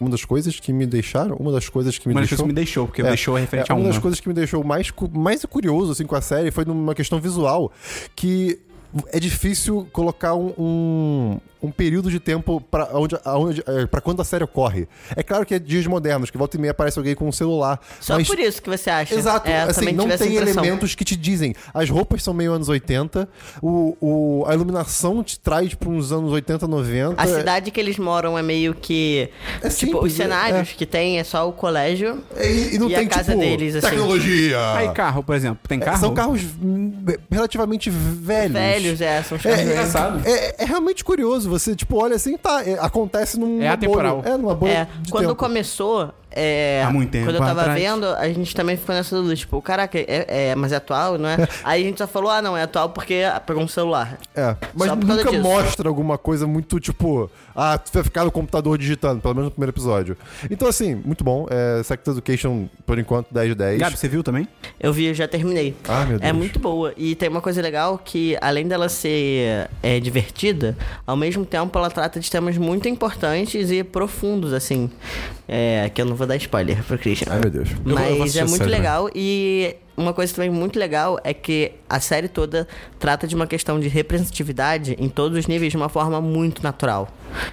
B: Uma das coisas que me deixaram? Uma das coisas que me
A: Uma das coisas
B: deixou.
A: que me deixou, porque eu deixou é referente
B: é,
A: a
B: uma
A: uma.
B: das coisas que me deixou mais, cu- mais curioso assim, com a série foi numa questão visual que é difícil colocar um, um, um período de tempo pra onde, aonde, é, pra quando a série ocorre. É claro que é dias modernos, que volta e meia aparece alguém com um celular.
D: Só
B: mas-
D: por isso que você acha.
B: Exato,
D: É, eu
B: assim,
D: também
B: não
D: tive essa
B: tem
D: impressão.
B: elementos que te dizem. As roupas são meio anos 80, o, o- a iluminação te traz para uns anos 80, 90.
D: A cidade que eles moram é meio que.
B: É
D: tipo,
B: simples,
D: os cenários que tem é só o colégio.
B: E, e não
D: e a
B: tem,
D: casa
B: tipo,
D: deles, assim.
B: tecnologia.
A: Aí carro, por exemplo. Tem carro?
B: É, São carros hum, relativamente velhos.
D: Velhos, é, são os
B: É,
D: caras
B: é,
D: velhos.
A: engraçado.
B: é- é realmente curioso. Você, tipo, olha assim, tá, é, acontece num,
A: É atemporal.
B: bolha- é, numa bolha
D: É,
B: de
D: quando
B: tempo.
D: começou, é,
A: Há muito tempo
D: quando eu tava
A: atrás.
D: vendo, a gente também ficou nessa dúvida, tipo, caraca, é, é- mas é
B: (laughs)
D: atual, não é? Aí a gente só falou, ah, não, é atual porque pegou um celular.
B: É, mas
D: Só por causa
B: nunca
D: disso.
B: mostra alguma coisa muito, tipo, ah, tu vai ficar no computador digitando, pelo menos no primeiro episódio. Então, assim, muito bom. É, Sex Education, por enquanto, 10 de 10.
A: Gabi, você viu também?
D: Eu vi, eu já terminei.
B: Ah, meu Deus.
D: É muito boa. E tem uma coisa legal que, além dela ser é, divertida, ao mesmo tempo ela trata de temas muito importantes e profundos, assim. É, que eu não vou dar spoiler pro Christian.
B: Ai, meu Deus.
C: Eu vou- eu vou
D: Mas
C: assistir
D: é
C: a
D: muito
C: série,
D: legal e uma coisa também muito legal é que a série toda trata de uma questão de representatividade em todos os níveis de uma forma muito natural.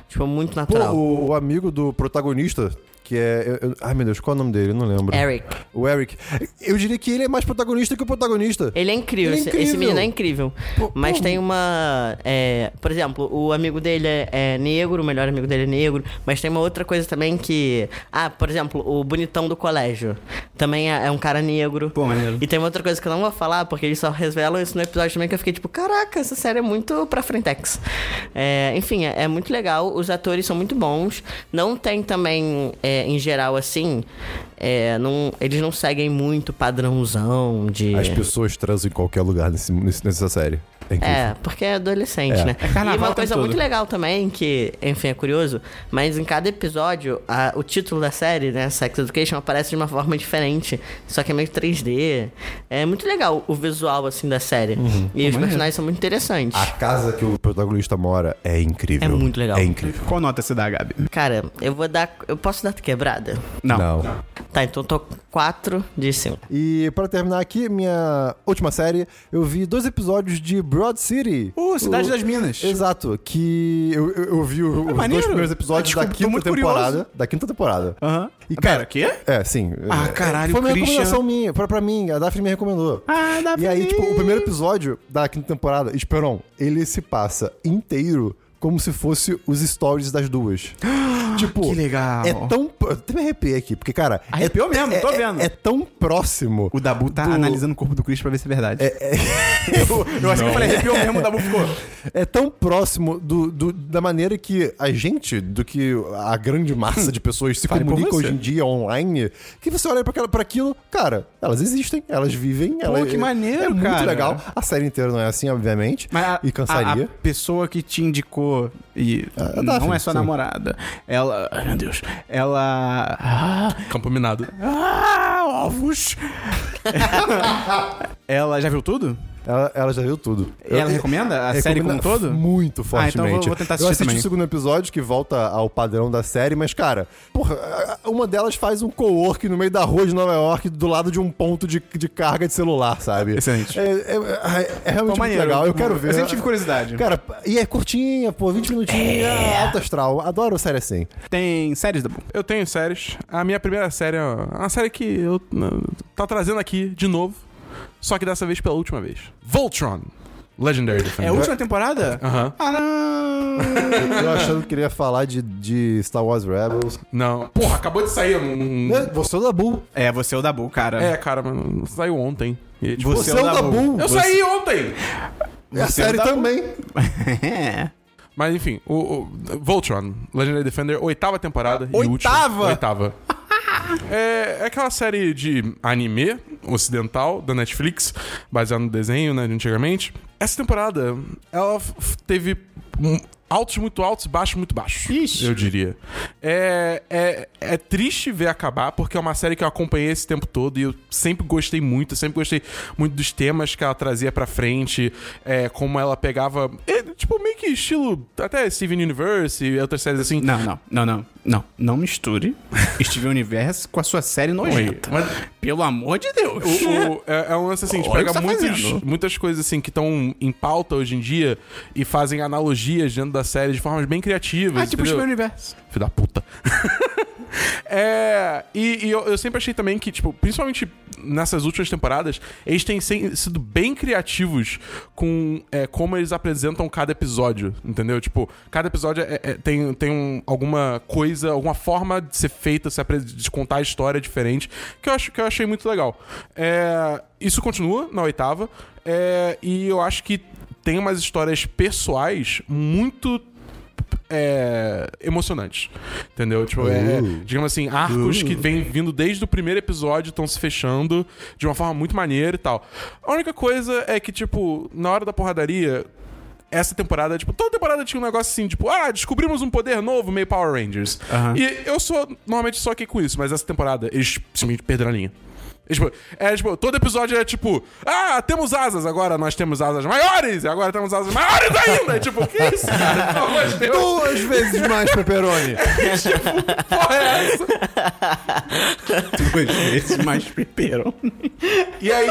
D: Tipo, muito
B: Pô,
D: natural.
B: o, o amigo do protagonista, que é. eu- eu- ai, meu Deus, qual é o nome dele? Eu não lembro.
D: Eric.
B: O Eric. Eu diria que ele é mais protagonista que o protagonista.
D: Ele é incrível,
B: Ele é
D: esse- esse
B: incrível.
D: menino é incrível.
B: Pô,
D: Mas
B: pô.
D: tem uma. é, por exemplo, o amigo dele é, é negro, o melhor amigo dele é negro. Mas tem uma outra coisa também que. Ah, por exemplo, o bonitão do colégio também é, é um cara negro.
A: Pô, maneiro.
D: E tem uma outra coisa que eu não vou falar, porque eles só revelam isso no episódio também, que eu fiquei tipo, caraca, essa série é muito pra frentex. É, enfim, é, é muito legal, os atores são muito bons. Não tem também, é, em geral, assim. é, não- eles não seguem muito padrãozão de.
B: As pessoas transam em qualquer lugar nesse, nesse- nessa série. É incrível.
D: É, porque é adolescente,
B: É.
D: né?
A: É carnaval
D: e
A: o
D: uma
A: tempo
D: coisa
A: todo.
D: muito legal também, que, enfim, é curioso, mas em cada episódio, a- o título da série, né, Sex Education, aparece de uma forma diferente, só que é meio 3D. É muito legal o visual, assim, da série.
A: Uhum.
D: E os personagens são muito interessantes.
B: A
A: Ah.
B: casa que o protagonista mora é incrível.
D: É muito legal.
B: É incrível.
A: Qual nota você dá, Gabi?
D: Cara, eu vou dar... Eu posso dar quebrada?
A: Não.
D: Tá, então eu tô 4 de 5.
B: E pra terminar aqui, minha última série, eu vi dois episódios de Broad City.
A: Uh, Cidade
B: O-
A: das Minas. É
B: Exato, que eu, eu, eu vi o- os
A: maneiro. Ah,
B: dois primeiros episódios
A: Desculpa,
B: da
A: tô
B: quinta
A: muito curioso.
B: temporada. Da quinta temporada.
A: Aham.
B: E,
A: Pera,
B: cara,
A: o quê?
B: É, sim.
A: Ah,
B: É,
A: caralho,
B: Foi uma
A: Christian.
B: recomendação minha, pra, pra mim, a Daphne me recomendou.
A: Ah, dá
B: E aí, tipo, o primeiro episódio da quinta temporada, Esperon, ele se passa inteiro como se fosse os stories
A: (gasps)
B: das duas. tipo,
A: Que legal.
B: É tão. pro- Eu até me arrepiei aqui, porque, cara. é-
A: Arrepiou mesmo,
B: é-
A: tô
B: é-
A: vendo.
B: É, tão próximo.
A: O Dabu tá
B: do-
A: analisando o corpo do Chris pra ver se é verdade. (laughs) eu, eu achei que eu falei, arrepiou mesmo, o Dabu ficou.
B: É tão próximo do, do- da maneira que a gente, do que a grande massa de pessoas se
A: (laughs) Fale por
B: comunica
A: você.
B: hoje em dia online, que você olha pra aquela- pra aquilo, cara, elas existem, elas vivem, elas.
A: que maneiro,
B: É muito
A: cara.
B: legal. A série inteira não é assim, obviamente.
A: Mas a,
B: e cansaria. Ah,
A: a- a pessoa que te indicou e
B: A- a
A: não
B: Daphne,
A: é sua
B: sim.
A: namorada. Ela. Ai, meu Deus. Ela. Ah,
C: Campo minado.
A: ah, ovos! (laughs) ela já viu tudo?
B: Ela, ela já viu tudo.
A: Ela
B: Eu-
A: recomenda a série como um
B: recomenda
A: todo?
B: Muito
A: Ah,
B: fortemente.
A: então eu vou- vou tentar assistir
B: Eu assisti
A: também.
B: o segundo episódio, que volta ao padrão da série, mas, cara, porra, a- uma delas faz um co-work no meio da rua de Nova York, do lado de um ponto de, de carga de celular, sabe?
A: Excelente.
B: É, é- é- é realmente muito
A: maneiro.
B: legal, eu quero ver.
A: Eu sempre tive curiosidade. É.
B: Cara, e é curtinha, pô, 20 minutinhos, é alto astral. Adoro série assim.
A: Tem séries, Dabu?
C: Eu tenho séries. A minha primeira série é uma série que eu n- tá trazendo aqui de novo, só que dessa vez pela última vez. Voltron. Legendary
A: É
C: Defender.
A: a última temporada?
C: Aham.
A: Ah, não!
B: Eu achando que queria falar de, de Star Wars Rebels.
C: Não. Porra, acabou de sair
A: Hum.
C: um.
B: É, Você é o Dabu.
A: É, você é o Dabu, cara.
C: É, cara, mano. Saiu ontem. E, tipo,
B: Você, é o Dabu.
C: Eu saí ontem!
B: É a
A: Você é o
B: série
A: Dabu.
B: também.
A: (laughs) É.
C: Mas enfim, o, o Voltron, Legendary Defender, oitava temporada. e
A: Oitava?
C: última.
A: (laughs)
C: oitava. É, é aquela série de anime ocidental da Netflix, baseada no desenho, né, de antigamente. Essa temporada, ela f- teve um- altos muito altos e baixos muito baixos.
A: Ixi.
C: Eu diria. É, é, é triste ver acabar, porque é uma série que eu acompanhei esse tempo todo e eu sempre gostei muito, eu sempre gostei muito dos temas que ela trazia pra frente, é, como ela pegava. é, tipo, meio que estilo até Steven Universe e outras séries assim.
A: Não, não, não, não, não. Não misture Steven Universe com a sua série
C: Oi,
A: nojenta.
C: mas
A: Pelo amor de Deus.
C: O-
A: (laughs)
C: o- é, é um lance assim, de
A: Olha o
C: pega
A: que tá
C: muitos-
A: fazendo.
C: muitas coisas assim que estão em pauta hoje em dia e fazem analogias dentro da série de formas bem criativas.
A: Ah, tipo
C: entendeu?
A: Steven Universe.
C: Filho da puta. (laughs) é. E, e eu, eu sempre achei também que, tipo, principalmente nessas últimas temporadas, eles têm se- sido bem criativos com é, como eles apresentam cada episódio, entendeu? Tipo, cada episódio é- é- tem, tem um- alguma coisa, alguma forma de ser feita, se apre- de contar a história diferente, que eu, acho, que eu achei muito legal. É, isso continua na oitava, é, e eu acho que tem umas histórias pessoais muito é, emocionantes. Entendeu? Tipo, é, digamos assim, arcos que vem vindo desde o primeiro episódio estão se fechando de uma forma muito maneira e tal. A única coisa é que, tipo, na hora da porradaria. Essa temporada, tipo, toda temporada tinha um negócio assim, tipo, ah, descobrimos um poder novo, meio Power Rangers.
A: Aham.
C: E eu sou, normalmente, só aqui com isso, mas essa temporada, eles simplesmente perderam a linha. É tipo, é, tipo, todo episódio é tipo, ah, temos asas, agora nós temos asas maiores, e agora temos asas maiores ainda. É tipo, que isso, cara? Pelo amor de Deus.
B: Duas vezes mais, Pepperoni.
C: porra é essa?
A: Duas vezes mais peperoni.
C: (laughs) E aí,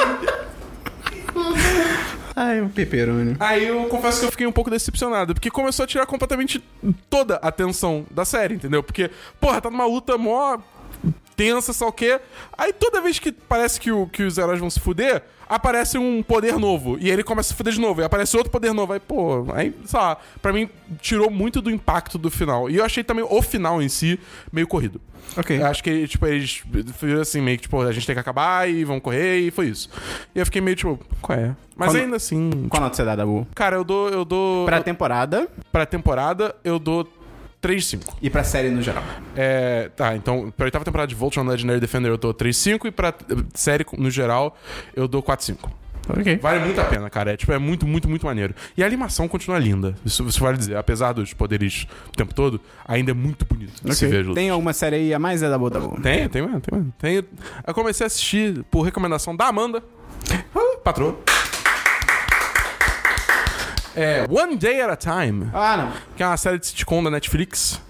A: Ai, o peperoni.
C: aí eu confesso que eu fiquei um pouco decepcionado, porque começou a tirar completamente toda a atenção da série, entendeu? Porque, porra, tá numa luta mó tensa, sei lá o quê. Aí toda vez que parece que, o, que os heróis vão se fuder, aparece um poder novo. E ele começa a se fuder de novo. E aparece outro poder novo. Aí, pô, aí, sei lá, pra mim tirou muito do impacto do final. E eu achei também o final em si meio corrido.
A: Ok.
C: Eu acho que, tipo, eles viram assim, meio que, tipo, a gente tem que acabar e vamos correr, e foi isso. E eu fiquei meio, tipo, qual é? Mas
A: Qual-
C: ainda assim.
A: Qual nota você dá, Dabu?
C: Cara, eu dou. Eu dou.
A: Pra
C: Pra,
A: temporada
C: pra temporada, eu dou 3,5.
A: e pra série no geral.
C: É. Tá, então, pra oitava temporada de Voltron Legendary Defender, eu dou 3,5 e pra eh, série no geral, eu dou 4,5.
A: Ok.
C: Vale muito a pena, cara. É, tipo, é muito, muito, muito maneiro. E a animação continua linda. Isso, isso vale dizer. Apesar dos poderes o tempo todo, ainda é muito bonito de se ver as lutas.
A: Tem alguma série aí a mais, é, Dabu, Dabu?
C: Tem, tem mesmo, tem mesmo. Tem, eu comecei a assistir por recomendação da Amanda. Ah, Patroa. É One Day at a Time,
A: Ah, não.
C: que é uma série de sitcom da Netflix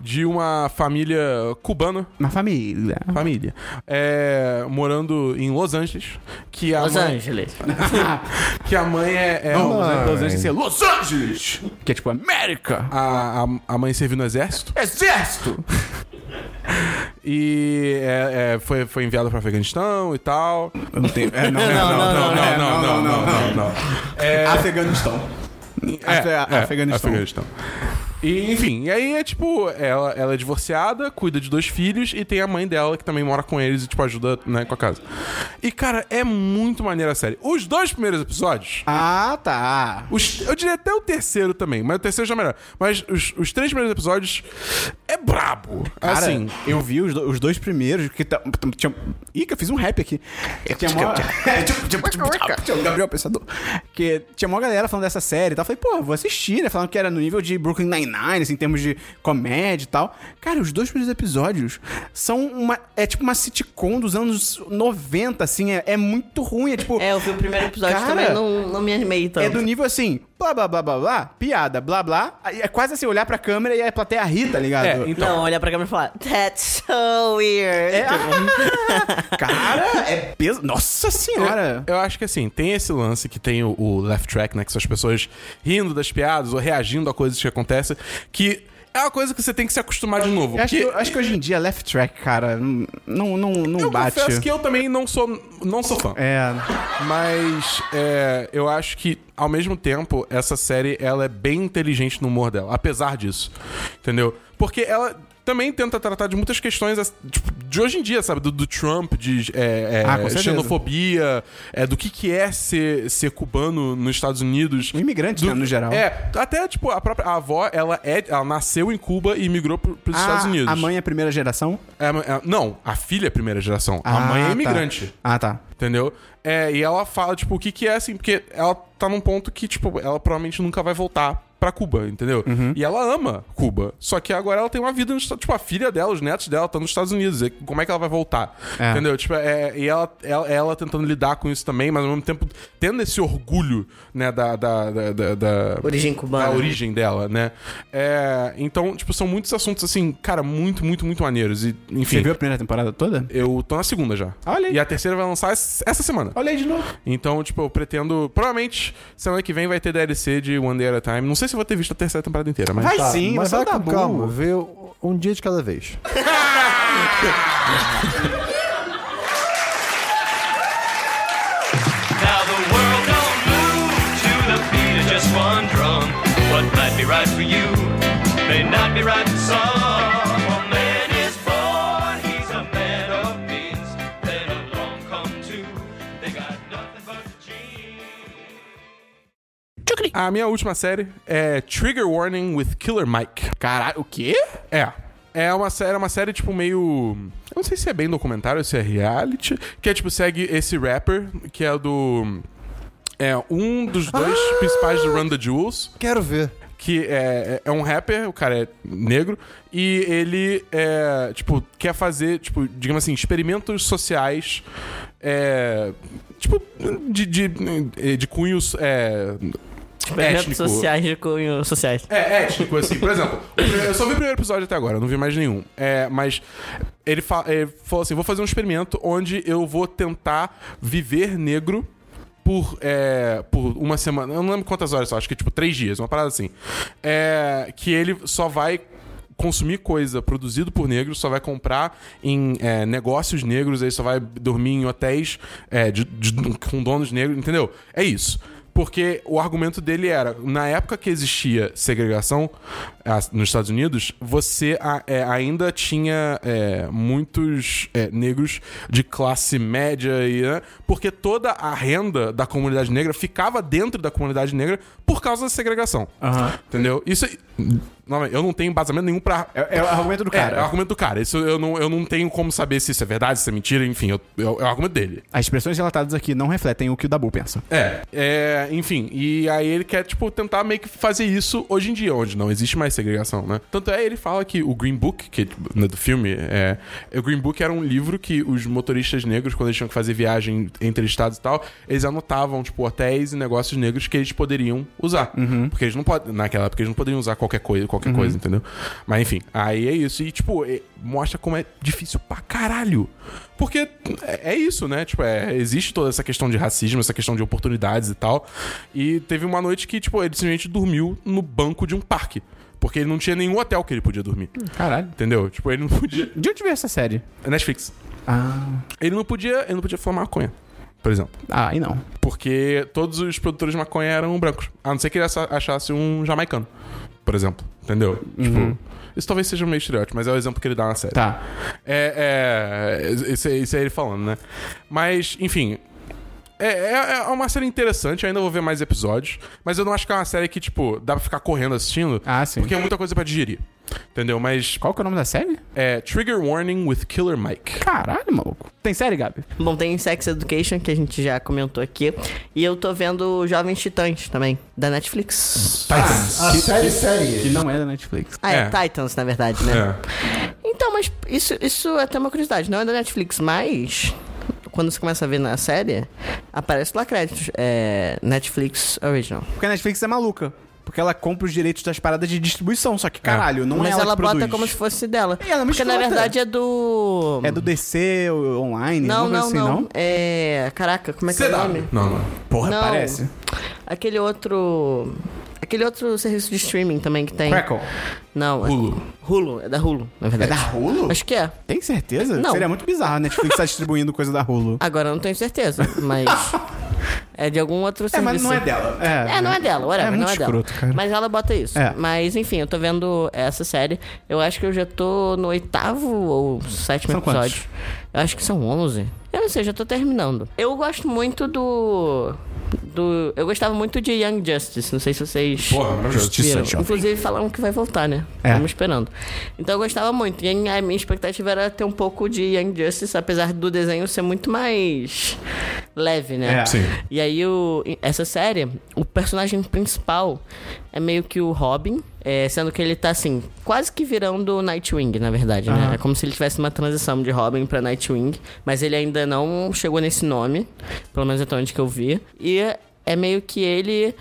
C: de uma família cubana.
A: Uma família.
C: Família. é, morando em Los Angeles. Que a
D: Los
C: mãe,
D: Angeles.
C: Que a mãe é. é
A: Não, Los
C: uma-
A: Angeles- Los Angeles, é Los Angeles! Que é tipo América!
C: a, a, a mãe serviu no exército.
A: Exército!
C: E é, é, foi, foi enviada para Afeganistão e tal.
A: Eu (laughs) não tenho. É, não, é, não,
D: não,
A: não, não, não, não, não, não,
C: É,
A: Afeganistão. Af- Afeganistão.
C: Afeganistão. E, enfim, e aí é tipo, ela, ela é divorciada, cuida de dois filhos e tem a mãe dela que também mora com eles e, tipo, ajuda né, com a casa. E, cara, é muito maneira a série. Os dois primeiros episódios.
A: Ah, tá.
C: os- eu diria até o terceiro também, mas o terceiro já é melhor. Mas os, os três primeiros episódios é brabo.
A: Cara,
C: assim,
A: eu vi os, do- os dois primeiros que tá, tinha, Ih, que eu fiz um rap aqui. Tinha mó... Tinha o Gabriel Pensador. Que tinha uma galera falando dessa série e tal. Eu Falei, pô, vou assistir, né? Falando que era no nível de Brooklyn Nine-Nine, assim, em termos de comédia e tal. Cara, os dois primeiros episódios são uma... É tipo uma sitcom dos anos 90, assim. É, é muito ruim, é tipo...
D: É, eu vi o primeiro episódio
A: Cara,
D: também, não, não me animei tanto.
A: É do nível assim, blá blá blá blá blá, piada, blá blá. Aí É quase assim, olhar pra câmera e a plateia ri, tá ligado?
C: É, então-
D: Não, olhar pra câmera e falar, that's so weird.
A: É (laughs) Cara, é peso. Nossa senhora!
C: Eu, eu acho que assim, tem esse lance que tem o, o laugh track, né? Que são as pessoas rindo das piadas ou reagindo a coisas que acontecem, que é uma coisa que você tem que se acostumar de novo.
A: Eu acho, que,
C: porque
A: eu acho que hoje em dia é left track, cara, não, não, não, não
C: eu
A: bate.
C: confesso que eu também não sou, não sou fã.
A: É.
C: Mas é, eu acho que, ao mesmo tempo, essa série ela é bem inteligente no humor dela, apesar disso. Entendeu? Porque ela também tenta tratar de muitas questões tipo, de hoje em dia, sabe? Do, do Trump, de é, é,
A: Ah, com certeza.
C: xenofobia, é, do que, que é ser, ser cubano nos Estados Unidos.
A: Imigrante, né, no geral.
C: É, até tipo, a própria a avó, ela, é, ela nasceu em Cuba e migrou para os
A: Ah,
C: Estados Unidos.
A: A mãe é a primeira geração?
C: É, é, não, a filha é a primeira geração. a
A: Ah,
C: mãe é
A: tá.
C: imigrante.
A: Ah, tá.
C: Entendeu? É, e ela fala, tipo, o que que é assim, porque ela tá num ponto que, tipo, ela provavelmente nunca vai voltar pra Cuba, entendeu?
A: Uhum.
C: E ela ama Cuba. Só que agora ela tem uma vida, nos Estados- tipo, a filha dela, os netos dela estão nos Estados Unidos. E como é que ela vai voltar?
A: É.
C: Entendeu? Tipo, é, e ela, ela, ela tentando lidar com isso também, mas ao mesmo tempo tendo esse orgulho, né, da- da- da- da- da
D: Origem cubana.
C: a origem dela, né? É, então, tipo, são muitos assuntos, assim, cara, muito, muito, muito maneiros. E,
A: Você
C: enfim,
A: viu a primeira temporada toda?
C: eu tô na segunda já.
A: Olha aí.
C: E a terceira vai lançar es- essa semana.
A: Olha aí de novo.
C: Então, tipo, eu pretendo. Provavelmente, semana que vem vai ter DLC de One Day at a Time. Não sei se eu vou ter visto a terceira temporada inteira, mas.
A: Vai
B: Tá,
A: sim,
B: mas
A: você
B: vai
A: é o
B: com
A: Dabu.
B: calma, vê o- um dia de cada vez.
F: Now the world don't move to the beat of just one drum. What might be right for you may not be right for some. A man is born, he's a man of means. Then along come two, they got nothing but the genes.
C: A minha última série é Trigger Warning with Killer Mike.
A: Caralho, o quê?
C: É. É uma série, uma série, tipo, meio. Eu não sei se é bem documentário ou se é reality. Que é, tipo, segue esse rapper, que é do. É um dos dois
A: Ah!
C: principais do Run the Jewels
B: Quero ver.
C: que é, é um rapper, o cara é negro, e ele, é, tipo, quer fazer, tipo, digamos assim, experimentos sociais, é, tipo, de, de, de cunhos é,
D: Projetos
C: étnico.
D: sociais de cunho sociais.
C: É, étnico, assim. Por exemplo, o primeiro- eu só vi o primeiro episódio até agora, não vi mais nenhum. É, mas ele, fa- ele falou assim: vou fazer um experimento onde eu vou tentar viver negro. Por, é, por uma semana, eu não lembro quantas horas só, acho que tipo três dias, uma parada assim. É, que ele só vai consumir coisa produzido por negros, só vai comprar em é, negócios negros, aí só vai dormir em hotéis é, de- de- com donos negros, entendeu? É isso. Porque o argumento dele era, na época que existia segregação ah, nos Estados Unidos, você a- é, ainda tinha é, muitos é, negros de classe média, e, né, porque toda a renda da comunidade negra ficava dentro da comunidade negra por causa da segregação. Entendeu? Isso. Não, eu não tenho embasamento nenhum pra.
A: É, é o argumento do
C: É, é o
A: cara.
C: argumento do cara. Isso eu não, eu não tenho como saber se isso é verdade, se é mentira, enfim, eu- eu- é o argumento dele.
A: As expressões relatadas aqui não refletem o que o Dabu pensa.
C: É, é, enfim, e aí ele quer, tipo, tentar meio que fazer isso hoje em dia, onde não existe mais segregação, né? Tanto é, ele fala que o Green Book, que tipo, né, do filme, é, o Green Book era um livro que os motoristas negros, quando eles tinham que fazer viagem entre estados e tal, eles anotavam, tipo, hotéis e negócios negros que eles poderiam usar. Porque eles não podem, naquela época, eles não poderiam usar qualquer coisa, qualquer coisa, entendeu? Mas enfim, aí é isso. E, tipo, e- mostra como é difícil pra caralho. Porque é é isso, né? Tipo, é, existe toda essa questão de racismo, essa questão de oportunidades e tal. E teve uma noite que, tipo, ele simplesmente dormiu no banco de um parque. Porque ele não tinha nenhum hotel que ele podia dormir.
A: Caralho.
C: Entendeu? Tipo, ele não podia. (laughs)
A: De onde veio essa série?
C: Netflix.
A: Ah.
C: Ele não podia. Ele não podia fumar maconha. por exemplo.
A: Ah, aí não.
C: Porque todos os produtores de maconha eram brancos. A não ser que ele acha- achasse um jamaicano, por exemplo. Entendeu?
A: Uhum.
C: Tipo, isso talvez seja meio estereótipo, mas é o exemplo que ele dá na série.
A: Tá.
C: É, é, isso, é- isso é ele falando, né? Mas, enfim. É, é- é uma série interessante, eu ainda vou ver mais episódios. Mas eu não acho que é uma série que, tipo, dá pra ficar correndo assistindo.
A: Ah, sim.
C: Porque é muita coisa pra digerir. Entendeu? Mas
A: Qual que é o nome da série?
C: é Trigger Warning with Killer Mike.
A: Caralho, maluco. Tem série, Gabi?
D: Bom, tem Sex Education, que a gente já comentou aqui. E eu tô vendo Jovens Titãs também, da Netflix.
C: Titans.
B: A série, série.
A: Que não é da Netflix.
D: Ah, é,
C: É.
D: Titans, na verdade, né?
C: É.
D: Então, mas isso, isso é até uma curiosidade. Não é da Netflix, mas quando você começa a ver na série, aparece lá créditos. É Netflix Original.
A: Porque a Netflix é maluca. Porque ela compra os direitos das paradas de distribuição. Só que, caralho, não
D: mas
A: é ela, que
D: bota
A: produz.
D: como se fosse dela.
A: E ela é uma
D: porque na
A: escrota.
D: verdade é do.
A: É do DC o- online?
D: Não,
A: alguma
D: não,
A: coisa
D: não,
A: assim, não?
D: É. Caraca, como é que é o nome?
C: Não, não.
A: Porra,
D: Não.
A: parece.
D: Aquele outro. Aquele outro serviço de streaming também que tem.
A: Crackle.
D: Não.
C: Hulu.
D: Hulu, é da Hulu, na
A: É
D: verdade.
A: da Hulu?
D: Acho que é.
A: Tem certeza?
D: Não.
A: Seria muito bizarro a Netflix tá distribuindo coisa da Hulu.
D: Agora eu não tenho certeza, (laughs) mas. é de algum outro
A: É,
D: serviço.
A: mas não é dela.
D: É, não é dela, whatever,
A: É muito
D: não é
A: escroto,
D: dela.
A: cara.
D: Mas ela bota isso.
A: É.
D: Mas enfim, eu tô vendo essa série. Eu acho que eu já tô no oitavo ou sétimo
A: São quantos?
D: episódio. Eu acho que são 11. Eu não sei, já tô terminando. Eu gosto muito do. do eu gostava muito de Young Justice, não sei se vocês.
C: Porra, maravilhoso.
A: Justiça, é
D: viram.
A: jovem.
D: Inclusive falaram que vai voltar, né?
A: É.
D: Estamos esperando. Então eu gostava muito. E a minha expectativa era ter um pouco de Young Justice, apesar do desenho ser muito mais leve, né?
A: É.
C: Sim.
D: E aí, o, essa série, o personagem principal é meio que o Robin, é, sendo que ele tá assim, quase que virando o Nightwing, na verdade, né? É como se ele tivesse uma transição de Robin pra Nightwing, mas ele ainda não chegou nesse nome, pelo menos até onde que eu vi. E é meio que ele.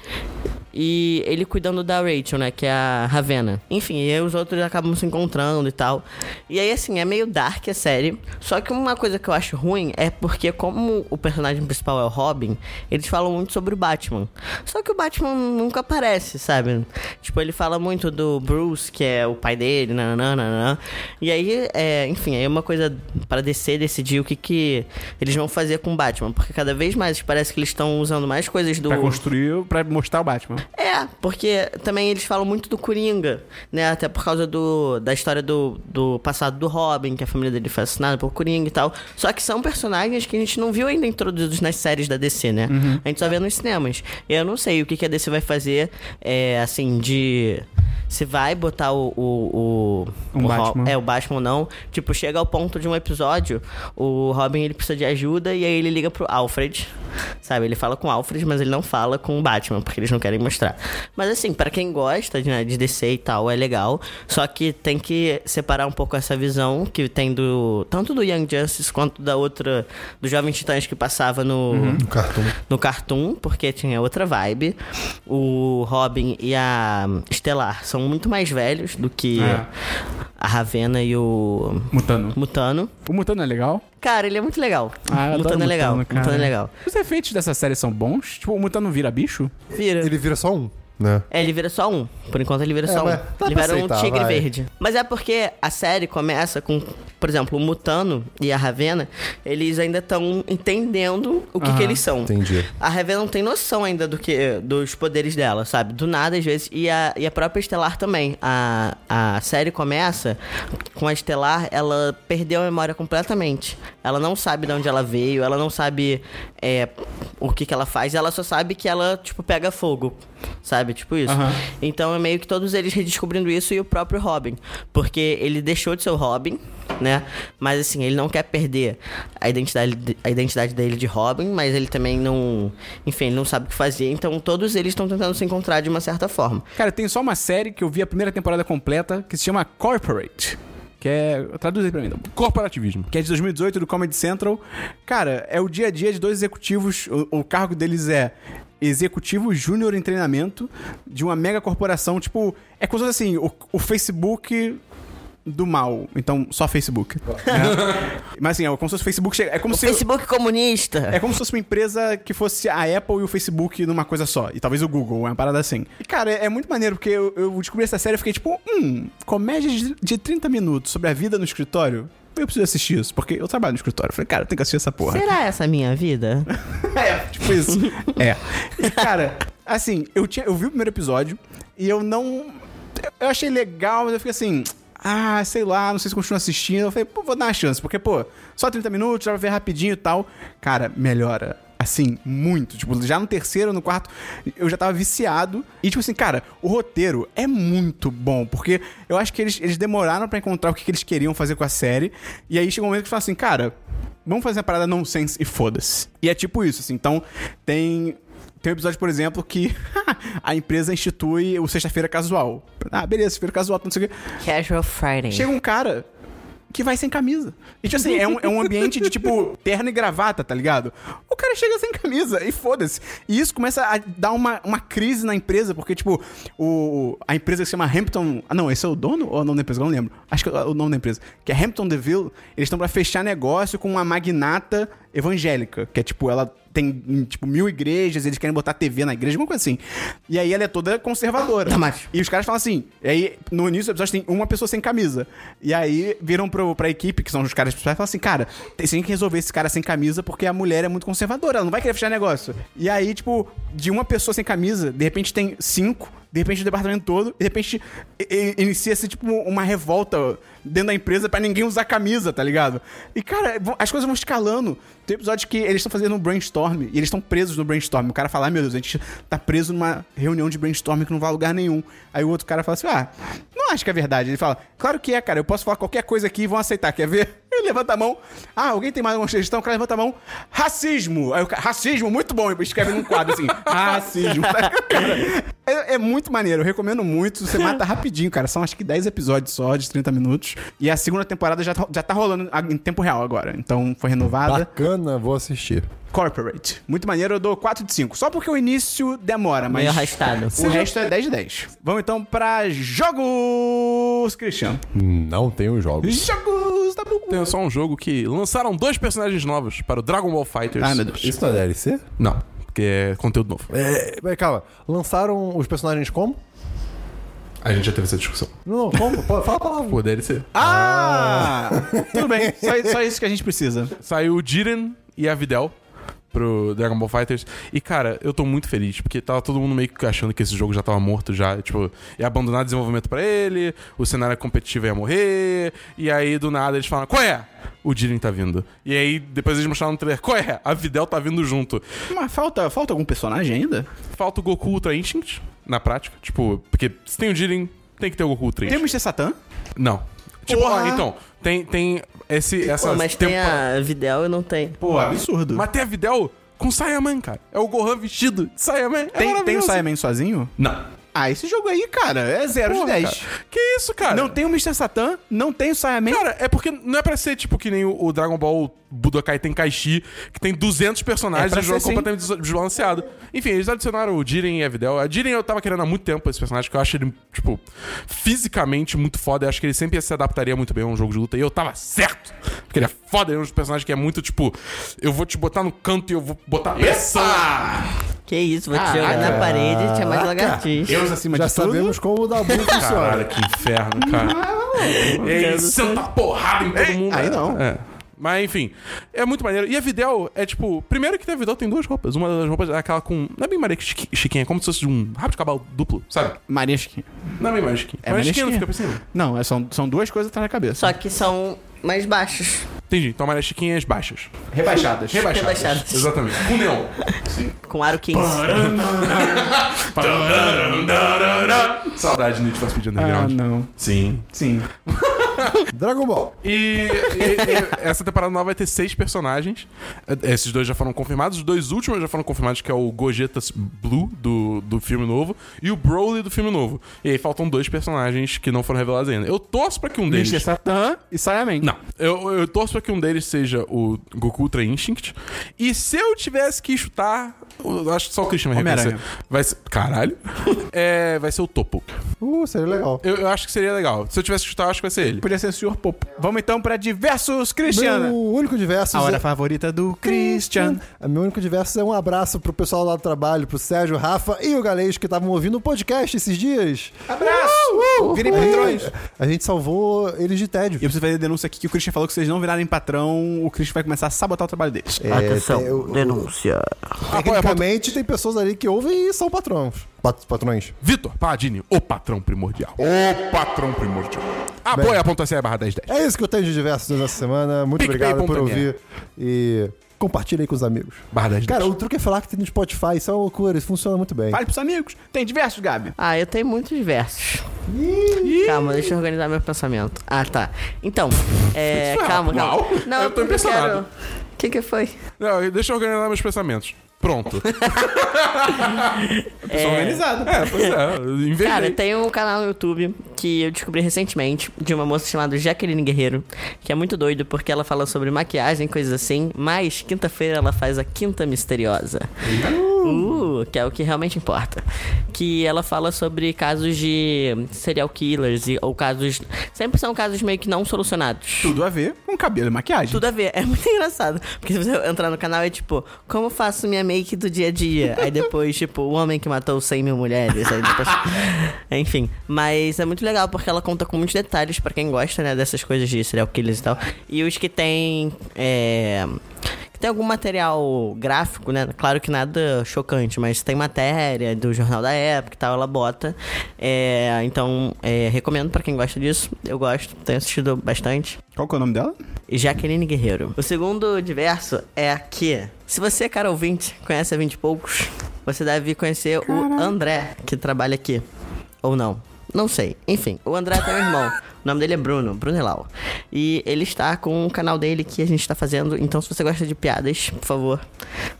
D: E ele cuidando da Rachel, né? Que é a Ravenna. Enfim, e aí os outros acabam se encontrando e tal. E aí, assim, é meio dark a série. Só que uma coisa que eu acho ruim é porque, como o personagem principal é o Robin, eles falam muito sobre o Batman. Só que o Batman nunca aparece, sabe? Tipo, ele fala muito do Bruce, que é o pai dele, nananana. E aí, é, enfim, aí é uma coisa para descer decidir o que, que eles vão fazer com o Batman. Porque cada vez mais parece que eles estão usando mais coisas do.
A: Pra construir, pra mostrar o Batman.
D: É, porque também eles falam muito do Coringa, né? Até por causa do, da história do, do passado do Robin, que a família dele foi assassinada por Coringa e tal. Só que são personagens que a gente não viu ainda introduzidos nas séries da DC, né?
A: Uhum.
D: A gente só vê nos cinemas. E eu não sei o que, que a DC vai fazer, é, assim, de. Se vai botar o. o, o
A: Um
D: o Ro-
A: Batman.
D: É, o Batman ou não. Tipo, chega ao ponto de um episódio, o Robin ele precisa de ajuda e aí ele liga pro Alfred. Sabe? Ele fala com o Alfred, mas ele não fala com o Batman, porque eles não querem mostrar. Mas assim, pra quem gosta de, né, de DC e tal, é legal. Só que tem que separar um pouco essa visão que tem do. Tanto do Young Justice quanto da outra. Do Jovem Titãs que passava no
B: Cartoon.
D: no Cartoon, porque tinha outra vibe. O Robin e a Estelar são muito mais velhos do que
A: É.
D: a Ravena e o
A: Mutano.
D: Mutano.
A: O Mutano é legal?
D: Cara, ele é muito legal.
A: Ah, eu adoro
D: Mutano é legal.
A: Mutano, cara.
D: Mutano é legal.
A: Os efeitos dessa série são bons? Tipo, o Mutano vira bicho?
D: Vira.
B: Ele vira só um, né?
D: É, ele vira só um. Por enquanto ele vira
B: mas
D: só um.
B: dá pra
D: ele vira um
B: aceitar,
D: tigre
B: vai.
D: verde. Mas é porque a série começa com, por exemplo, o Mutano e a Ravena, eles ainda estão entendendo o que, que eles são.
B: Entendi.
D: A Ravena não tem noção ainda do que, dos poderes dela, sabe? Do nada, às vezes. E a, e a própria Estelar também. A, a série começa com a Estelar, ela perdeu a memória completamente. Ela não sabe de onde ela veio, ela não sabe é, o que, que ela faz, ela só sabe que ela, tipo, pega fogo. Sabe? Tipo isso.
A: Aham.
D: Então é meio que todos eles redescobrindo isso e o próprio Robin. Porque ele deixou de ser o Robin, né? Mas assim, ele não quer perder a identidade, de- a identidade dele de Robin, mas ele também não. Enfim, ele não sabe o que fazer. Então todos eles estão tentando se encontrar de uma certa forma.
A: Cara, tem só uma série que eu vi a primeira temporada completa que se chama Corporate. Que é. Traduz aí pra mim. Dabu.
C: Corporativismo.
A: que é de 2018 do Comedy Central. Cara, é o dia a dia de dois executivos. O, o cargo deles é executivo júnior em treinamento de uma mega corporação. Tipo, é coisa assim, o, o Facebook do mal. Então, só Facebook. né? Mas assim, é como se fosse o Facebook. chega- É como
D: O
A: se.
D: Facebook comunista! (laughs)
A: É como se fosse uma empresa que fosse a Apple e o Facebook numa coisa só. E talvez o Google, é uma parada assim. E, cara, é, é muito maneiro, porque eu, eu descobri essa série e fiquei tipo, hum, comédia de, de 30 minutos sobre a vida no escritório. eu preciso assistir isso, porque eu trabalho no escritório. Eu falei, cara, eu tenho que assistir essa porra.
D: Será essa a minha vida?
A: (laughs) É, tipo isso. é. E, cara, assim, eu, tinha, eu vi o primeiro episódio e eu não. Eu achei legal, mas eu fiquei assim. Ah, sei lá, não sei se continuo assistindo. Eu falei, pô, vou dar uma chance, porque, pô, só 30 minutos, dá pra ver rapidinho e tal. Cara, melhora. Assim, muito. Tipo, já no terceiro, no quarto, eu já tava viciado. E, tipo assim, cara, o roteiro é muito bom. Porque eu acho que eles, eles demoraram pra encontrar o que, que eles queriam fazer com a série. E aí chegou um momento que eles falaram assim, cara, Vamos fazer a parada nonsense e foda-se. E é tipo isso, assim. Então, tem. Tem um episódio, por exemplo, que (laughs) a empresa institui o sexta-feira casual. Ah, beleza, sexta-feira casual, não sei o quê.
D: Casual Friday.
A: Chega um cara que vai sem camisa. E, tipo assim, é um, é um ambiente de, tipo, (laughs) terno e gravata, tá ligado? O cara chega sem camisa e foda-se. E isso começa a dar uma, uma crise na empresa, porque, tipo, o, a empresa que se chama Hampton... Ah, não, esse é o dono ou é o nome da empresa? Eu não lembro. Acho que é o nome da empresa. Que é Hampton DeVille. Eles estão pra fechar negócio com uma magnata evangélica, que é, tipo, ela tem, tipo, mil igrejas, eles querem botar TV na igreja, alguma coisa assim. E aí ela é toda conservadora.
D: Tá, macho.
A: E os caras falam assim, e aí no início do episódio tem uma pessoa sem camisa. E aí viram pro, pra equipe, que são os caras principais, e falam assim, cara, tem- você tem que resolver esse cara sem camisa porque a mulher é muito conservadora, ela não vai querer fechar negócio. E aí, tipo, de uma pessoa sem camisa, de repente tem cinco, de repente o departamento todo, de repente e- e- inicia-se, tipo, uma revolta dentro da empresa pra ninguém usar camisa, tá ligado? E, cara, vão- as coisas vão escalando. Tem episódio que eles estão fazendo um brainstorm e eles estão presos no brainstorm. O cara fala, "Ai, meu Deus, a gente tá preso numa reunião de brainstorm que não vai a lugar nenhum. Aí o outro cara fala assim, ah, não acho que é verdade. Ele fala, claro que é, cara, eu posso falar qualquer coisa aqui e vão aceitar, quer ver? (laughs) Ele levanta a mão. Ah, alguém tem mais uma sugestão? O cara levanta a mão. Racismo! Aí o cara, racismo, muito bom. E escreve num quadro assim, (laughs) racismo. Cara, é, é muito maneiro, eu recomendo muito. Você mata rapidinho, cara. São acho que 10 episódios só, de 30 minutos. E a segunda temporada já tá, já tá rolando em tempo real agora. Então foi renovada.
B: Bacana, vou assistir.
A: Corporate. Muito maneiro, eu dou 4 de 5. Só porque o início demora, mas.
D: Meio arrastado.
A: O resto é 10 de 10. Vamos então pra jogos, Christian.
B: Não tenho jogos.
A: Jogos tá da Bubu.
C: Tem só um jogo que lançaram dois personagens novos para o Dragon Ball Fighters.
A: Ai, meu Deus.
B: não é DLC?
C: Não, porque é conteúdo novo.
B: É, mas calma. Lançaram os personagens como?
C: A gente já teve essa discussão.
B: Não, não, como? Pô, Fala a palavra.
C: Pô, DLC.
A: Ah! Tudo bem, só, só isso que a gente precisa.
C: Saiu o Jiren e a Videl pro Dragon Ball Fighters. E, cara, eu tô muito feliz, porque tava todo mundo meio que achando que esse jogo já tava morto já. e, Tipo, ia abandonar desenvolvimento pra ele, o cenário competitivo ia morrer. E aí, do nada, eles falam, qual é? O Jiren tá vindo. E aí, depois eles mostraram no trailer, qual é? A Videl tá vindo junto.
A: Mas falta, falta algum personagem ainda?
C: Falta o Goku Ultra Instinct, na prática. Tipo, porque se tem o Jiren, tem que ter o Goku Ultra
A: Tem o
C: Instinct.
A: Mr. Satan?
C: Não. Tipo,
A: Porra!
C: ó, então, tem, tem esse, essa...
D: Pô, mas tem a Videl e não tem.
A: Pô, absurdo.
C: Mas tem a Videl com Saiyaman, cara. É o Gohan vestido de Saiyaman. É
A: tem, tem o
C: maravilhoso.
A: Saiyaman sozinho?
C: Não.
A: Ah, esse jogo aí, cara, é 0 de
C: Porra,
A: 10.
C: cara. Que isso, cara?
A: Não tem o Mr. Satan, não tem o Saiyaman.
C: Cara, é porque não é pra ser tipo que nem o o Dragon Ball Budokai Tenkaichi, que tem 200
A: É
C: personagens
A: pra
C: e o jogo
A: ser, sim.
C: completamente des- desbalanceado. Enfim, eles adicionaram o Jiren e a Videl. A Jiren eu tava querendo há muito tempo esse personagem, que eu acho ele, tipo, fisicamente muito foda. Eu acho que ele sempre se adaptaria muito bem a um jogo de luta. E eu tava certo! Porque ele é foda, ele é um dos personagens que é muito, tipo, eu vou te botar no canto e eu vou botar pressão.
D: Que isso, vou te jogar na parede e te chamar de lagartixa.
A: Deus acima
B: (laughs) Já
A: de tudo.
B: sabemos como o Dabu funciona.
C: Caralho, que inferno, cara. Ei, senta porrada em todo mundo.
A: aí não.
C: É. Mas enfim, é muito maneiro. E a Videl é tipo. Primeiro que tem a Videl tem duas roupas. Uma das roupas é aquela com. Não é bem Maria Chiqui- Chiquinha, é como se fosse de um rabo de cavalo duplo, sabe?
A: Maria Chiquinha.
C: Não é bem Maria Chiquinha.
A: É
C: Maria
A: Maria
C: Chiquinha não
A: Chiquinha.
C: fica pra cima.
A: Não, é- são, são duas coisas atrás da cabeça.
D: Só que são mais baixos.
C: Entendi. Então Maria Chiquinha é as baixas.
A: rebaixadas.
C: Rebaixadas.
D: Rebaixadas.
C: Exatamente.
A: (laughs)
C: Com neon.
D: Com aro 15.
A: Tá
C: Saudade do Need for Speed
A: Ah,
C: Underground.
A: não.
C: Sim.
A: Sim.
B: Dragon Ball.
C: E, e- e essa temporada nova vai ter seis personagens. Eh, Esses dois já foram confirmados. Os dois últimos já foram confirmados, que é o Gogetas Blue do, do filme novo e o Broly do filme novo. E aí faltam dois personagens que não foram revelados ainda. Eu torço pra que um deles...
A: Mr. Satan e Saiyaman.
C: Não. Eu, eu torço pra que um deles seja o Goku Ultra Instinct. E se eu tivesse que chutar... eu Acho que só o Christian vai
A: Homem-Aranha.
C: reconhecer. Vai ser... Caralho. (laughs) É, vai ser o Topo.
B: Uh, seria legal.
C: Eu, eu acho que seria legal. Se eu tivesse que chutar, eu acho que vai ser ele.
A: Podia ser o Sr. Popo. Vamos então pra diversos, Cristiana.
B: Meu único é diverso.
A: A hora favorita do Christian.
B: A Meu único diverso é um abraço pro pessoal lá do trabalho, pro Sérgio, Rafa e o Galês que estavam ouvindo o podcast esses dias.
A: Abraço! Uhul! Virem patrões.
B: A gente salvou eles de tédio.
A: E eu preciso fazer a denúncia aqui que o Christian falou que se eles não virarem patrão, o Christian vai começar a sabotar o trabalho deles.
D: É. Atenção,
B: É, tem o- o-
D: denúncia.
B: tá Tecnicamente, tem pessoas ali que ouvem e são patrões. Pat- patrões.
C: Vitor Paladini, o patrão primordial. O patrão primordial. Apoia.se barra 1010.
B: É isso que eu tenho de diversos nessa semana. Muito
C: PicPay.me.
B: obrigado por ouvir. E compartilha aí com os amigos.
C: Barra 1010.
B: Cara, o truque é falar que tem no Spotify. Isso é uma loucura. Isso funciona muito bem.
A: Fale pros amigos. Tem diversos, Gabi.
D: Ah, eu tenho muitos versos. Calma, deixa eu organizar meu pensamento. Ah, tá. Então, é,
C: Isso é
D: calma, calma.
C: uau. Eu tô
D: porque
C: impressionado.
D: quero- Que que foi?
C: Não, deixa eu organizar meus pensamentos. Pronto. (laughs)
A: Pessoa organizada.
C: é, pois é. eu Inventei.
D: Cara, tem um canal no YouTube que eu descobri recentemente de uma moça chamada Jaqueline Guerreiro, que é muito doido porque ela fala sobre maquiagem, coisas assim, mas quinta-feira ela faz a Quinta Misteriosa.
C: Hum.
D: Uh, que é o que realmente importa. Que ela fala sobre casos de serial killers e, ou casos. Sempre são casos meio que não solucionados.
A: Tudo a ver com cabelo e maquiagem.
D: Tudo a ver. É muito (laughs) engraçado. Porque se você entrar no canal é tipo, como faço minha make do dia a dia? Aí depois, tipo, o homem que matou 100 mil mulheres. Aí depois... Enfim. Mas é muito legal porque ela conta com muitos detalhes pra quem gosta, né? Dessas coisas de serial killers e tal. E os que tem. É... que Tem algum material gráfico, né? Claro que nada chocante, mas tem matéria do jornal da época e tal, ela bota. É, então, é, recomendo pra quem gosta disso. Eu gosto, tenho assistido bastante.
A: Qual que é o nome dela?
D: Jaqueline Guerreiro. O segundo diverso é que, se você é cara ouvinte, conhece a 20 e poucos, você deve conhecer o André, que trabalha aqui. Ou não. Não sei. Enfim, o André tem um irmão. O nome dele é Bruno, Brunelau. E ele está com o canal dele que a gente está fazendo. Então, se você gosta de piadas, por favor,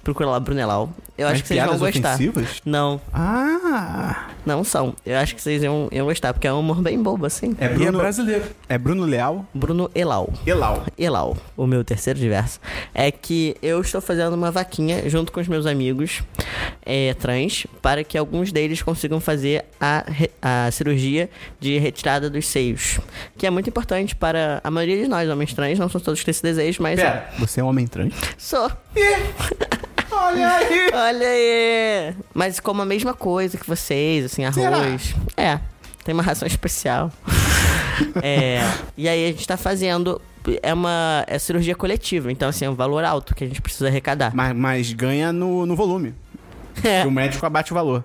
D: procura lá Brunelau. Eu acho
A: Mas
D: que vocês vão
A: piadas
D: gostar.
A: ofensivas?
D: Não,
A: Ah!
D: não são. Eu acho que vocês iam, iam gostar, porque é um humor bem bobo, assim.
A: É Bruno, brasileiro. É Bruno Leal.
D: Bruno Elau.
A: Elau.
D: Elau, o meu terceiro diverso, é que eu estou fazendo uma vaquinha junto com os meus amigos é, trans para que alguns deles consigam fazer a, re- a cirurgia de retirada dos seios, que é muito importante para a maioria de nós, homens trans, não são todos que têm esse desejo, mas
A: Pera, você é um homem trans?
D: sou.
A: Olha aí!
D: Olha aí! Mas como a mesma coisa que vocês, assim, arroz. É, tem uma ração especial. É, e aí a gente tá fazendo. É uma é cirurgia coletiva, então assim, é um valor alto que a gente precisa arrecadar.
A: (laughs) Mas, mas ganha no, no volume.
D: É.
A: E o médico abate o valor.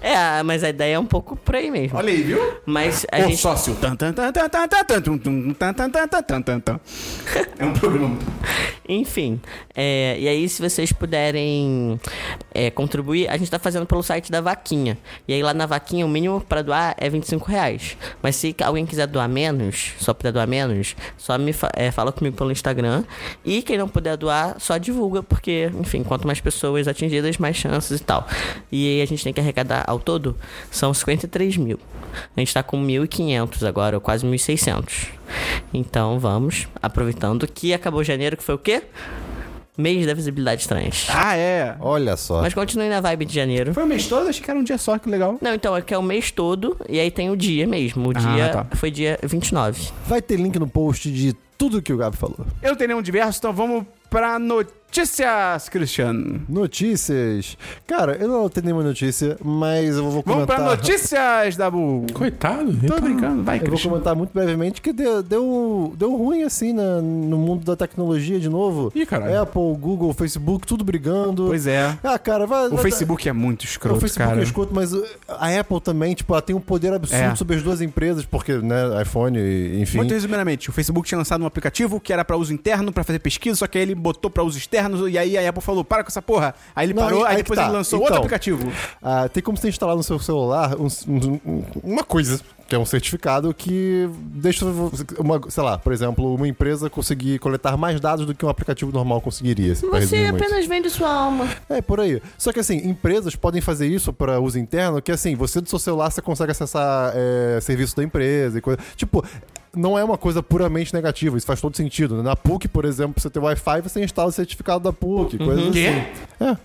D: É, mas a ideia é um pouco por aí mesmo.
A: Olha aí, viu?
D: Mas a
A: o
D: gente.
A: sócio. Tan, tan, tan, tan, tan, tan, tan, tum, tum, tan, tan, tan, tan, tan, tan, tan. (laughs) É um programa. muito-
D: Enfim, é, e aí se vocês puderem é, contribuir, a gente tá fazendo pelo site da Vaquinha. E aí lá na Vaquinha o mínimo pra doar é 25 reais. Mas se alguém quiser doar menos, só puder doar menos, só me fa- é, fala comigo pelo Instagram. E quem não puder doar, só divulga, porque, enfim, quanto mais pessoas atingidas, mais chances e tal. E aí a gente tem que arrecadar ao todo, são 53 mil. A gente tá com 1.500 agora, ou quase 1.600. Então vamos, aproveitando que acabou janeiro, que foi o quê? Mês da visibilidade trans.
A: Ah, é.
B: Olha só.
D: Mas continue na vibe de janeiro.
A: Foi o mês todo? Achei que era um dia só, que legal.
D: Não, então, é que é o mês todo, e aí tem o dia mesmo. O dia
A: tá.
D: foi dia 29.
B: Vai ter link no post de tudo que o Gabi falou.
A: Eu não tenho nenhum diverso, então vamos pra notícias, Cristiano.
B: Notícias. Cara, eu não tenho nenhuma notícia, mas eu vou
A: Vamos
B: comentar.
A: pra notícias, Dabu.
C: Coitado.
A: Tô brincando, vai,
B: Eu vou
A: Cristiano.
B: comentar muito brevemente que deu, deu, deu ruim, assim, na- no mundo da tecnologia de novo.
C: Ih, caralho.
B: Apple, Google, Facebook, tudo brigando.
A: Pois é.
B: Ah, cara, vai.
A: O
B: vai-
A: Facebook é muito escroto,
B: o Facebook
A: cara.
B: eu escuto, mas uh, a Apple também, tipo, ela tem um poder absurdo
A: É.
B: sobre as duas empresas, porque, né, iPhone, e- enfim.
A: Muito resumidamente, o Facebook tinha lançado um aplicativo que era pra uso interno, pra fazer pesquisa, só que aí ele botou pra uso externo e aí a Apple falou: "Para com essa porra". Aí ele
B: Não,
A: parou,
B: aí
A: aí
B: que
A: depois
B: tá.
A: ele lançou
B: Então.
A: outro aplicativo.
B: Ah, tem como você instalar no seu celular um- um- um- uma coisa, que é um certificado que deixa, você- uma, sei lá, por exemplo, uma empresa conseguir coletar mais dados do que um aplicativo normal conseguiria. se pra
D: Você
B: resumir muito.
D: apenas vende sua alma.
B: É, por aí. Só que assim, empresas podem fazer isso para uso interno, que assim, você do seu celular você consegue acessar é, serviço da empresa e coisa. Tipo. Não é uma coisa puramente negativa, isso faz todo sentido. né? Na PUC, por exemplo, você tem Wi-Fi, você instala o certificado da PUC,
D: Uhum.
B: coisas assim. É.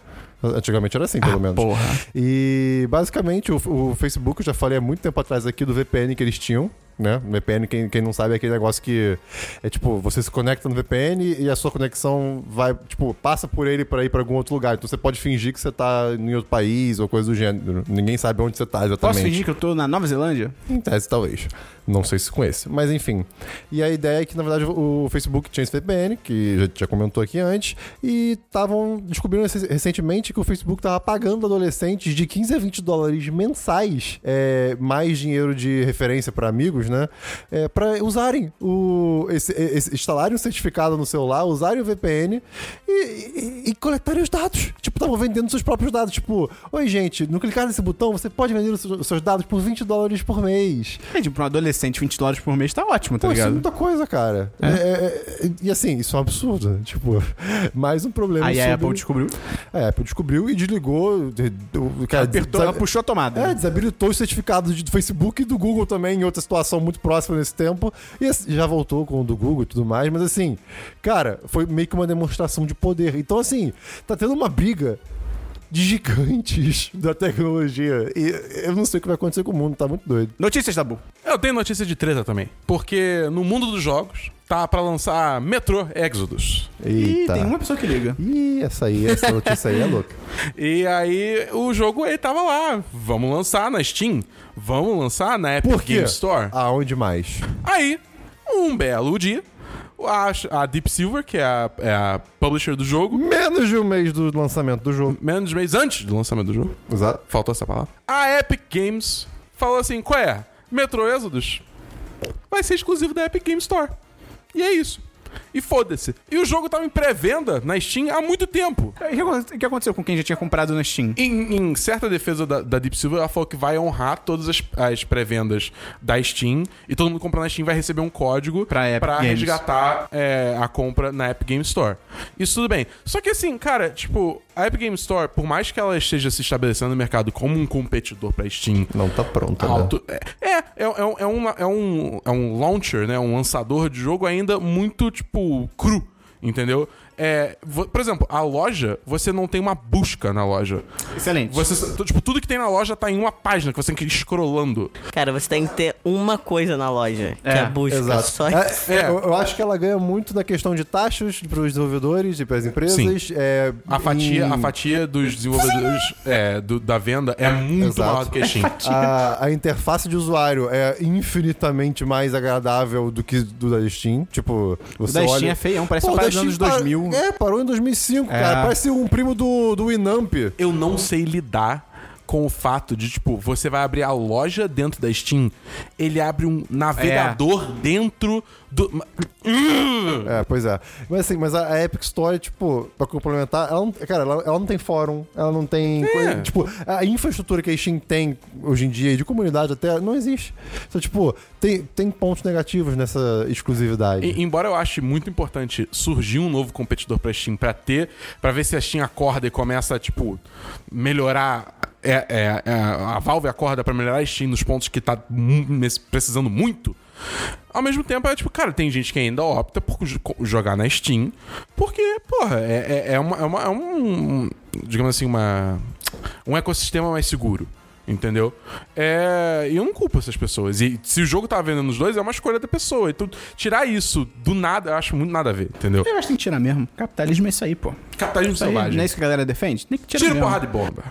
B: Antigamente era assim, pelo menos.
A: porra.
B: E basicamente o, o Facebook, eu já falei há muito tempo atrás aqui do VPN que eles tinham. né? VPN, quem, quem não sabe, é aquele negócio que é tipo, você se conecta no VPN e a sua conexão vai, tipo, passa por ele pra ir pra algum outro lugar. Então você pode fingir que você tá em outro país ou coisa do gênero. Ninguém sabe onde você tá exatamente.
A: Posso fingir que eu tô na Nova Zelândia?
B: Em tese, talvez. Não sei se com esse. Mas enfim. E a ideia é que, na verdade, o Facebook tinha esse VPN, que já, já comentou aqui antes, e estavam descobrindo esse- recentemente que o Facebook estava pagando adolescentes de 15 a 20 dólares mensais, é, mais dinheiro de referência para amigos, né? É, para usarem o. Esse, esse- instalarem o certificado no celular, usarem o VPN e, e- e coletarem os dados. Tipo, estavam vendendo seus próprios dados. Tipo, oi, gente, no clicar nesse botão, você pode vender os seus- os seus dados por 20 dólares por mês.
A: Gente, pra um adolescente, 20 dólares por mês tá ótimo, tá
B: Pô, isso é
A: ligado?
B: muita coisa, cara. É, é, é, e assim, isso é um absurdo. né? Tipo, (laughs) mais um problema.
A: Aí a
B: sobre-
A: Apple descobriu.
B: A Apple descobriu e desligou. de- do- Cara,
A: Apertou,
C: tá-
B: desa-
A: ela puxou a tomada.
B: É, desabilitou os certificados de- do Facebook e do Google também, em outra situação muito próxima nesse tempo. E assim, já voltou com o do Google e tudo mais, mas assim, cara, foi meio que uma demonstração de poder. Então, assim, tá tendo uma briga de gigantes (laughs) da tecnologia. E eu não sei o que vai acontecer com o mundo, tá muito doido.
A: Notícias, Dabu.
C: Eu tenho notícia de treta também. Porque no mundo dos jogos, tá pra lançar Metro Exodus.
A: Ih,
B: Eita.
A: tem uma pessoa que liga.
B: Ih, essa aí, essa notícia aí é louca.
C: E aí o jogo ele tava lá. Vamos lançar na Steam. Vamos lançar na Epic
B: Por quê?
C: Game Store.
B: Aonde mais?
C: Aí, um belo dia, a, a Deep Silver, que é a, é a publisher do jogo,
B: Menos de um mês do lançamento do jogo.
C: menos de mês antes do lançamento do jogo,
B: Exato.
C: faltou essa palavra, a Epic Games falou assim: qual é? Metro Exodus vai ser exclusivo da Epic Games Store. E é isso. E foda-se. E o jogo tava em pré-venda na Steam há muito tempo.
A: E O que aconteceu com quem já tinha comprado na Steam?
C: Em, em certa defesa da, da Deep Silver, ela falou que vai honrar todas as, as pré-vendas da Steam e todo mundo comprando na Steam vai receber um código
A: Pra Epic Games.
C: resgatar é, a compra na Epic Game Store. Isso tudo bem. Só que assim, cara, tipo, a Epic Game Store, por mais que ela esteja se estabelecendo no mercado como um competidor pra Steam,
B: Não tá pronta, né?
C: Alto- é, é, é, um- é um, é, um, é um launcher, né? Um lançador de jogo ainda muito, tipo, cru, entendeu? É, vo- por exemplo, a loja, você não tem uma busca na loja.
A: Excelente.
C: Você, t- tipo, tudo que tem na loja tá em uma página que você tem que ir scrollando.
D: Cara, você tem que ter uma coisa na loja, que é a busca.
B: Exato.
D: Só
A: (laughs)
D: isso.
B: É, é, Eu, eu acho que ela ganha muito na questão de taxas para os desenvolvedores e para as empresas. é,
C: A fatia,
B: em-
C: a fatia dos desenvolvedores é, do- da venda é muito
B: Exato.
C: maior do que a Steam.
B: a, a interface de usuário é infinitamente mais agradável do que do da Steam. Tipo, você
A: da Steam
B: olha...
A: é feião, parece
B: Pô,
A: um
B: o da
A: parada dos
B: Steam
A: anos
C: tá-
B: par-
A: 2000.
B: É, parou em 2005,
A: É.
B: cara. Parece um primo do, do Winamp.
C: eu não sei lidar com o fato de, tipo, você vai abrir a loja dentro da Steam, ele abre um navegador dentro do. Hum!
B: É, pois é. Mas assim, mas a a Epic Store, tipo, pra complementar, ela não, cara, ela, ela não tem fórum, ela não tem.
C: É.
B: coisa- tipo, a infraestrutura que a Steam tem hoje em dia, e de comunidade até, não existe. Então, tipo, tem, tem pontos negativos nessa exclusividade.
C: E- embora eu ache muito importante surgir um novo competidor pra Steam pra ter, pra ver se a Steam acorda e começa a, tipo, melhorar. é- é- é, a Valve acorda pra melhorar a Steam nos pontos que tá mu- nes- precisando muito. Ao mesmo tempo, é tipo, cara, tem gente que ainda opta por jo- co- jogar na Steam, porque, porra, é, é, é uma, é, uma- é um. Digamos assim, uma. Um ecossistema mais seguro. Entendeu? É, e eu não culpo essas pessoas. E se o jogo tá vendendo os dois, é uma escolha da pessoa. Então, tirar isso do nada, eu acho muito nada a ver, entendeu?
A: Eu acho que tem que tirar mesmo. Capitalismo é isso aí, pô.
C: Capitalismo
A: Isso aí, não
C: selvagem.
A: é isso que a galera defende? Tem que tirar
C: Tiro,
A: mesmo.
C: um porrada e bomba.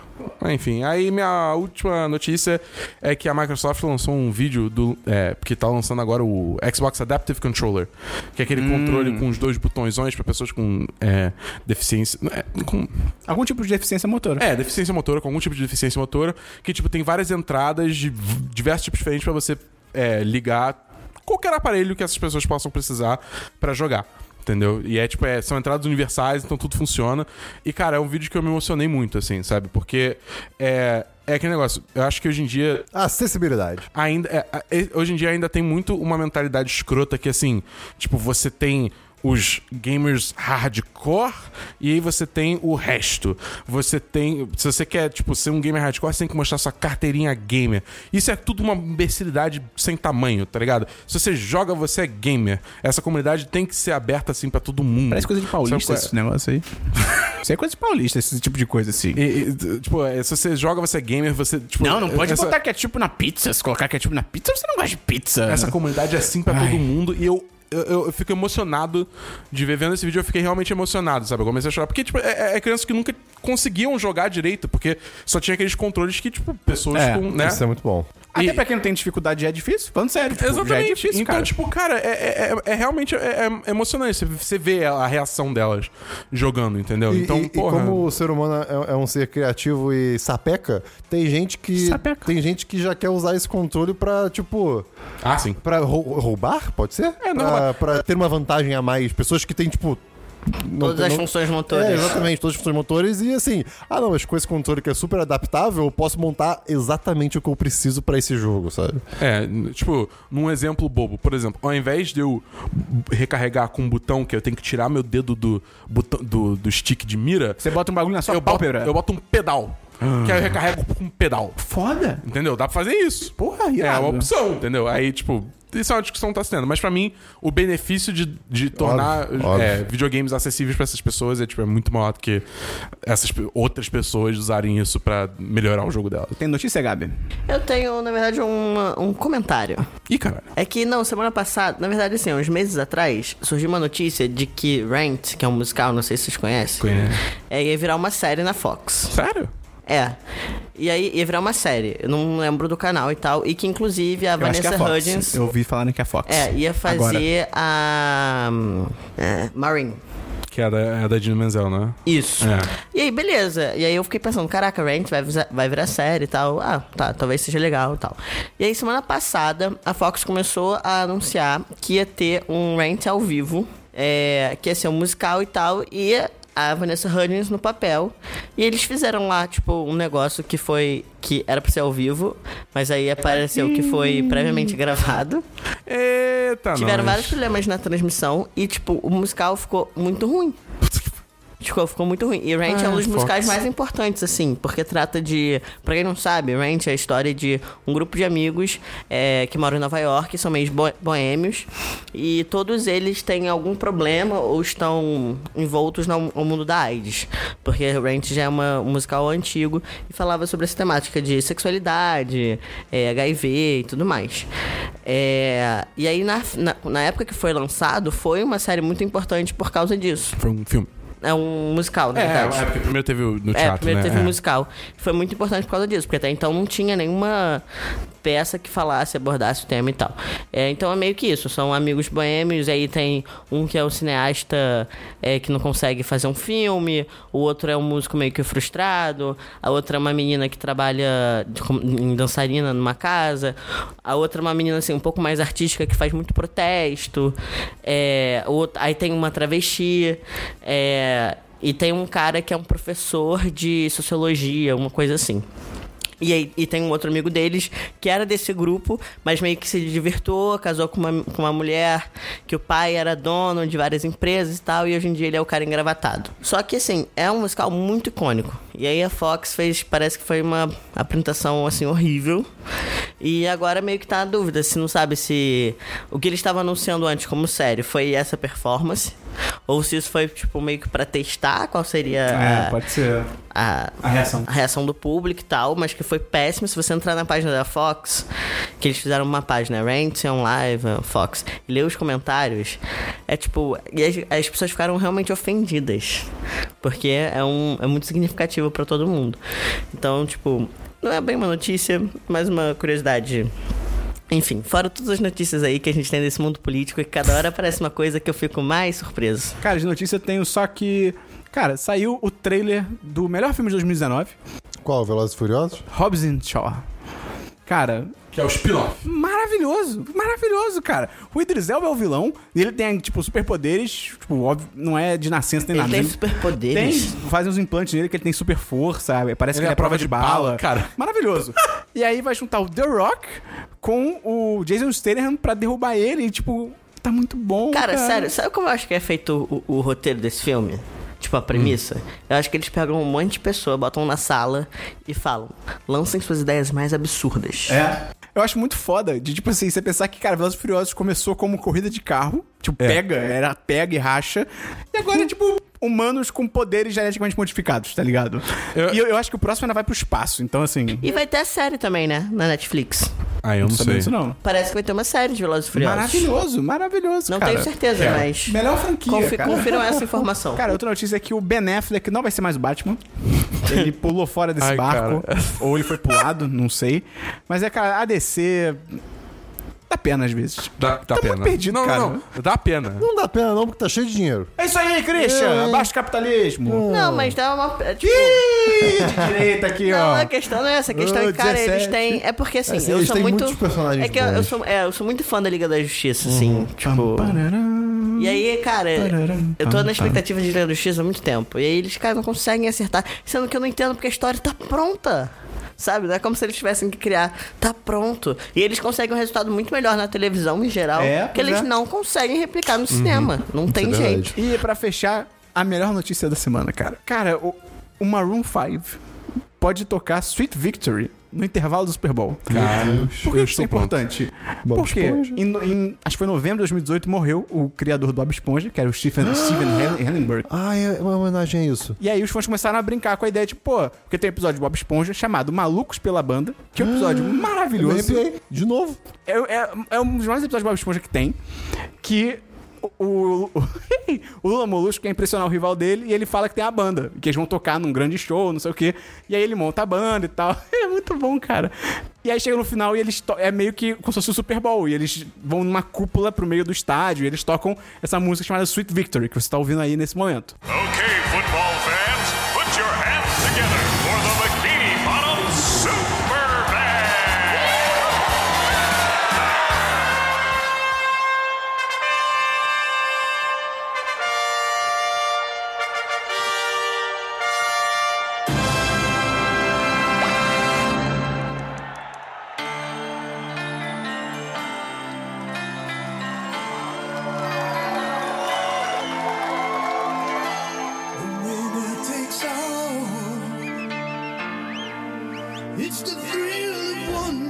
C: Enfim, aí minha última notícia é que a Microsoft lançou um vídeo do. É, porque tá lançando agora o Xbox Adaptive Controller, que é aquele controle com os dois botõezões pra pessoas com é, deficiência. é, com-
A: Algum tipo de deficiência motora.
C: é, deficiência motora, com algum tipo de deficiência motora, que, tipo, tem várias entradas de v- diversos tipos diferentes pra você é, ligar qualquer aparelho que essas pessoas possam precisar pra jogar. Entendeu? E é tipo, é, são entradas universais, então tudo funciona. E, cara, é um vídeo que eu me emocionei muito, assim, sabe? Porque é, é aquele negócio. Eu acho que hoje em dia
B: Acessibilidade.
C: ainda é, é, hoje em dia ainda tem muito uma mentalidade escrota que assim, tipo, você tem os gamers hardcore e aí você tem o resto. Você tem. Se você quer, tipo, ser um gamer hardcore, você tem que mostrar sua carteirinha gamer. Isso é tudo uma imbecilidade sem tamanho, tá ligado? Se você joga, você é gamer. Essa comunidade tem que ser aberta, assim, pra todo mundo.
A: Parece coisa de
C: Sabe
A: paulista
C: qual é?
A: esse negócio
C: (laughs)
A: aí. Isso é coisa de paulista, esse tipo de coisa assim.
C: E- e, t- tipo, é, se você joga, você é gamer, você. Tipo,
A: Não, não pode
C: essa,
A: botar ketchup na pizza. Se colocar ketchup na pizza, você não gosta de pizza.
C: Essa comunidade é assim pra
A: Ai.
C: todo mundo e eu. Eu, eu- eu fico emocionado de ver vendo esse vídeo, eu fiquei realmente emocionado, sabe? Eu comecei a chorar. Porque, tipo, é, é- é crianças que nunca conseguiam jogar direito, porque só tinha aqueles controles que, tipo, pessoas
A: É,
C: com. Né?
B: Isso é muito bom.
A: Até
C: e-
A: pra quem não tem dificuldade é difícil, falando sério. tipo, já
C: Exatamente.
A: é difícil,
C: então,
A: cara.
C: tipo, cara, é, é- é- é realmente é, é emocionante. Você, você vê a reação delas jogando, entendeu?
B: E,
C: então,
B: e- e
C: porra.
B: como o ser humano é, é um ser criativo e sapeca, tem gente que
A: Sapeca.
B: tem gente que já quer usar esse controle pra, tipo,
C: Ah, sim.
B: Pra rou- roubar, pode ser?
C: É, não,
B: pra,
C: mas-
B: pra ter uma vantagem a mais. Pessoas que têm, tipo. não-
D: Todas as
B: não-
D: funções
B: É,
D: motoras.
B: exatamente, todas as funções motores e assim, ah não, mas com esse controle que é super adaptável, eu posso montar exatamente o que eu preciso pra esse jogo, sabe?
C: É, n- tipo, num exemplo bobo, por exemplo, ao invés de eu b- recarregar com um botão que eu tenho que tirar meu dedo do, botão, do, do stick de mira,
A: Você bota um bagulho na sua
C: eu boto,
A: pálpebra.
C: eu boto um pedal. Que aí eu recarrego com um pedal.
A: Foda.
C: Entendeu? Dá pra fazer isso.
A: Porra,
C: É
A: irado.
C: uma opção, entendeu? Aí, tipo, isso é uma discussão que tá se tendo. Mas pra mim, o benefício de, de tornar
B: Óbvio, óbvio.
C: é, videogames acessíveis pra essas pessoas é, tipo, é muito maior do que essas pe- outras pessoas usarem isso pra melhorar o jogo delas.
A: Tem notícia, Gabi?
D: Eu tenho, na verdade, uma- um comentário.
C: Ih, caralho.
D: É que, não, semana passada, na verdade, assim, uns meses atrás, surgiu uma notícia de que Rent, que é um musical, não sei se vocês conhecem,
C: Conheço.
D: é, ia virar uma série na Fox.
C: Sério?
D: É. E aí ia virar uma série. Eu não lembro do canal e tal. E que inclusive a
A: Eu acho que
D: Vanessa
A: é a Fox.
D: Hudgens.
A: Eu ouvi falando que é a Fox.
D: É, ia
A: Agora.
D: fazer a. hum, é, Maureen.
C: Que é da, é da Dina Menzel, né?
D: Isso.
C: É.
D: E aí, beleza. E aí eu fiquei pensando, caraca, Rent vai, visa- vai virar série e tal. Ah, tá, talvez seja legal e tal. E aí, semana passada, a Fox começou a anunciar que ia ter um Rent ao vivo, é, que ia ser um musical e tal, e a Vanessa Hudgens no papel. E eles fizeram lá, tipo, um negócio que foi... que era pra ser ao vivo, mas aí apareceu que foi previamente gravado.
C: Eita,
D: Tiveram
C: nós.
D: vários problemas na transmissão e, tipo, o musical ficou muito ruim. Ficou, ficou muito ruim. E Ranch é um
C: Fox.
D: dos musicais mais importantes, assim, porque trata de. Pra quem não sabe, Ranch é a história de um grupo de amigos é, que moram em Nova York, são meios bo- boêmios, e todos eles têm algum problema ou estão envoltos no, no mundo da AIDS. Porque Ranch já é uma, um musical antigo e falava sobre essa temática de sexualidade, é, HIV e tudo mais. É, e aí, na, na, na época que foi lançado, foi uma série muito importante por causa disso.
C: Foi um filme.
D: É um musical, na
C: É,
D: verdade.
C: é porque primeiro teve o- no
D: É,
C: teatro,
D: primeiro
C: né?
D: teve
C: É.
D: um musical. Foi muito importante por causa disso, porque até então não tinha nenhuma peça que falasse, abordasse o tema e tal. É, então é meio que isso. São amigos boêmios, aí tem um que é um cineasta é, que não consegue fazer um filme, o outro é um músico meio que frustrado, a outra é uma menina que trabalha de com- em dançarina numa casa, a outra é uma menina assim, um pouco mais artística que faz muito protesto, é, o outro- aí tem uma travesti. é, e tem um cara que é um professor de sociologia, uma coisa assim. E, aí, e tem um outro amigo deles que era desse grupo, mas meio que se divertou, casou com uma, com uma mulher que o pai era dono de várias empresas e tal, e hoje em dia ele é o cara engravatado. Só que, assim, é um musical muito icônico. E aí a Fox fez, parece que foi uma apresentação, assim, horrível. E agora meio que tá na dúvida, se não sabe se o que eles estavam anunciando antes como série foi essa performance, ou se isso foi, tipo, meio que pra testar qual seria a-
A: ser
D: a,
A: a reação.
D: a reação do público e tal, mas que foi péssimo. Se você entrar na página da Fox, que eles fizeram uma página, Rant on Live, eh, Fox, e ler os comentários, é tipo. E as, as pessoas ficaram realmente ofendidas. Porque é, um, é muito significativo pra todo mundo. Então, tipo, não é bem uma notícia, mas uma curiosidade. Enfim, fora todas as notícias aí que a gente tem desse mundo político, e que cada hora aparece uma coisa que eu fico mais surpreso.
A: Cara, de notícia eu tenho só que. Cara, saiu o trailer do melhor filme de 2019,
B: Qual? Velozes e Furiosos?
A: Hobbs and Shaw. Cara,
C: Que é o spin-off.
A: maravilhoso, maravilhoso, cara. O Idris Elba é o vilão, e ele tem, tipo, superpoderes, tipo, óbvio, não é de nascença nem
D: Ele
A: nada.
D: tem
A: mas Tem,
D: superpoderes.
A: faz uns implantes nele que ele tem super força, parece
C: Ele
A: que ele é prova de, bala.
C: cara.
A: Maravilhoso. e aí vai juntar o The Rock com o Jason Statham pra derrubar ele e, tipo, tá muito bom.
D: Cara, sério, sabe como eu acho que é feito o, o roteiro desse filme? Tipo, a premissa? Eu acho que eles pegam um monte de pessoa, botam na sala e falam: lancem suas ideias mais absurdas.
A: É. Eu acho muito foda de, tipo assim, você pensar que, cara, Velozes e Furiosos começou como corrida de carro. Tipo, pega, era pega e racha. E agora é, tipo, humanos com poderes geneticamente modificados, tá ligado?
C: Eu-
A: E eu, eu acho que o próximo ainda vai pro espaço. Então, assim,
D: E vai ter a série também, né? Na Netflix.
C: Ah, eu não
A: sabia
C: sei.
A: disso não.
D: Parece que vai ter uma série de Velozes e Furiosos.
A: Maravilhoso, maravilhoso,
D: Não
A: cara. é.
D: tenho certeza, mas.
A: Melhor franquia,
D: Confi-
A: cara.
D: Confiram essa informação.
A: Cara, outra notícia é que o Ben Affleck não vai ser mais o (laughs) Batman. Ele pulou fora desse
C: Ai,
A: barco. (laughs)
C: cara.
A: Ou ele foi pulado, não sei. Mas é, cara, a DC... Dá pena às vezes.
C: Dá, dá
A: Tá
C: pena.
A: muito perdido,
C: não,
A: cara.
C: não, não. Dá pena.
B: Não dá pena não, porque tá cheio de dinheiro.
A: É isso aí, Christian!
B: É.
A: Abaixa o capitalismo!
D: Não, mas dá uma. é, Tipo,
A: Ih, de direita aqui,
D: Não,
A: ó.
D: a questão não é essa. A questão é
B: Ah,
D: que, cara,
B: 17.
D: eles têm. É porque assim,
B: Assim,
D: eu
B: eles
D: sou
B: têm
D: muito.
B: muitos personagens
D: é que eu, eu
B: bons.
D: sou, é, eu sou muito fã da Liga da Justiça, assim.
A: Uhum.
D: Tipo.
A: Pararam.
D: E aí, cara,
A: Pararam,
D: eu tô
A: pam,
D: na expectativa de Liga da Justiça há muito tempo. E aí eles, cara, não conseguem acertar. Sendo que eu não entendo porque a história tá pronta. Sabe? Não é como se eles tivessem que criar. Tá pronto. E eles conseguem um resultado muito melhor na televisão em geral.
A: É,
D: que
A: pois
D: eles
A: é. Uhum.
D: não conseguem replicar no cinema. Não tem
B: é verdade.
D: jeito.
A: E pra fechar, a melhor notícia da semana, cara. Cara, o, o Maroon 5 pode tocar Sweet Victory no intervalo do Super Bowl.
C: Cara,
A: Por que
C: eu
A: isso é
C: estou pronto.
A: importante?
B: Bob
A: Porque
B: Esponja.
A: em, em- acho que foi em novembro de 2018 morreu o criador do Bob Esponja, que era o Stephen,
B: (gasps)
A: Steven Hel- Hellenberg.
B: Ah, é uma homenagem a isso.
A: E aí os fãs começaram a brincar com a ideia de, pô, porque tem um episódio de Bob Esponja chamado Malucos pela Banda, que é um episódio
B: Eu me
A: maravilhoso.
B: arrepiei. De novo.
A: É, é- é um dos maiores episódios de Bob Esponja que tem. Que o, o, (laughs) o Lula Molusco quer impressionar o rival dele e ele fala que tem a banda. Que eles vão tocar num grande show, não sei o quê. E aí ele monta a banda e tal. (laughs) É muito bom, cara. E aí chega no final e eles. to- É meio que como se fosse o Super Bowl. E eles vão numa cúpula pro meio do estádio e eles tocam essa música chamada Sweet Victory, que você tá ouvindo aí nesse momento.
G: Okay, football fans, put your hands together for the Bikini Bottom Super Band.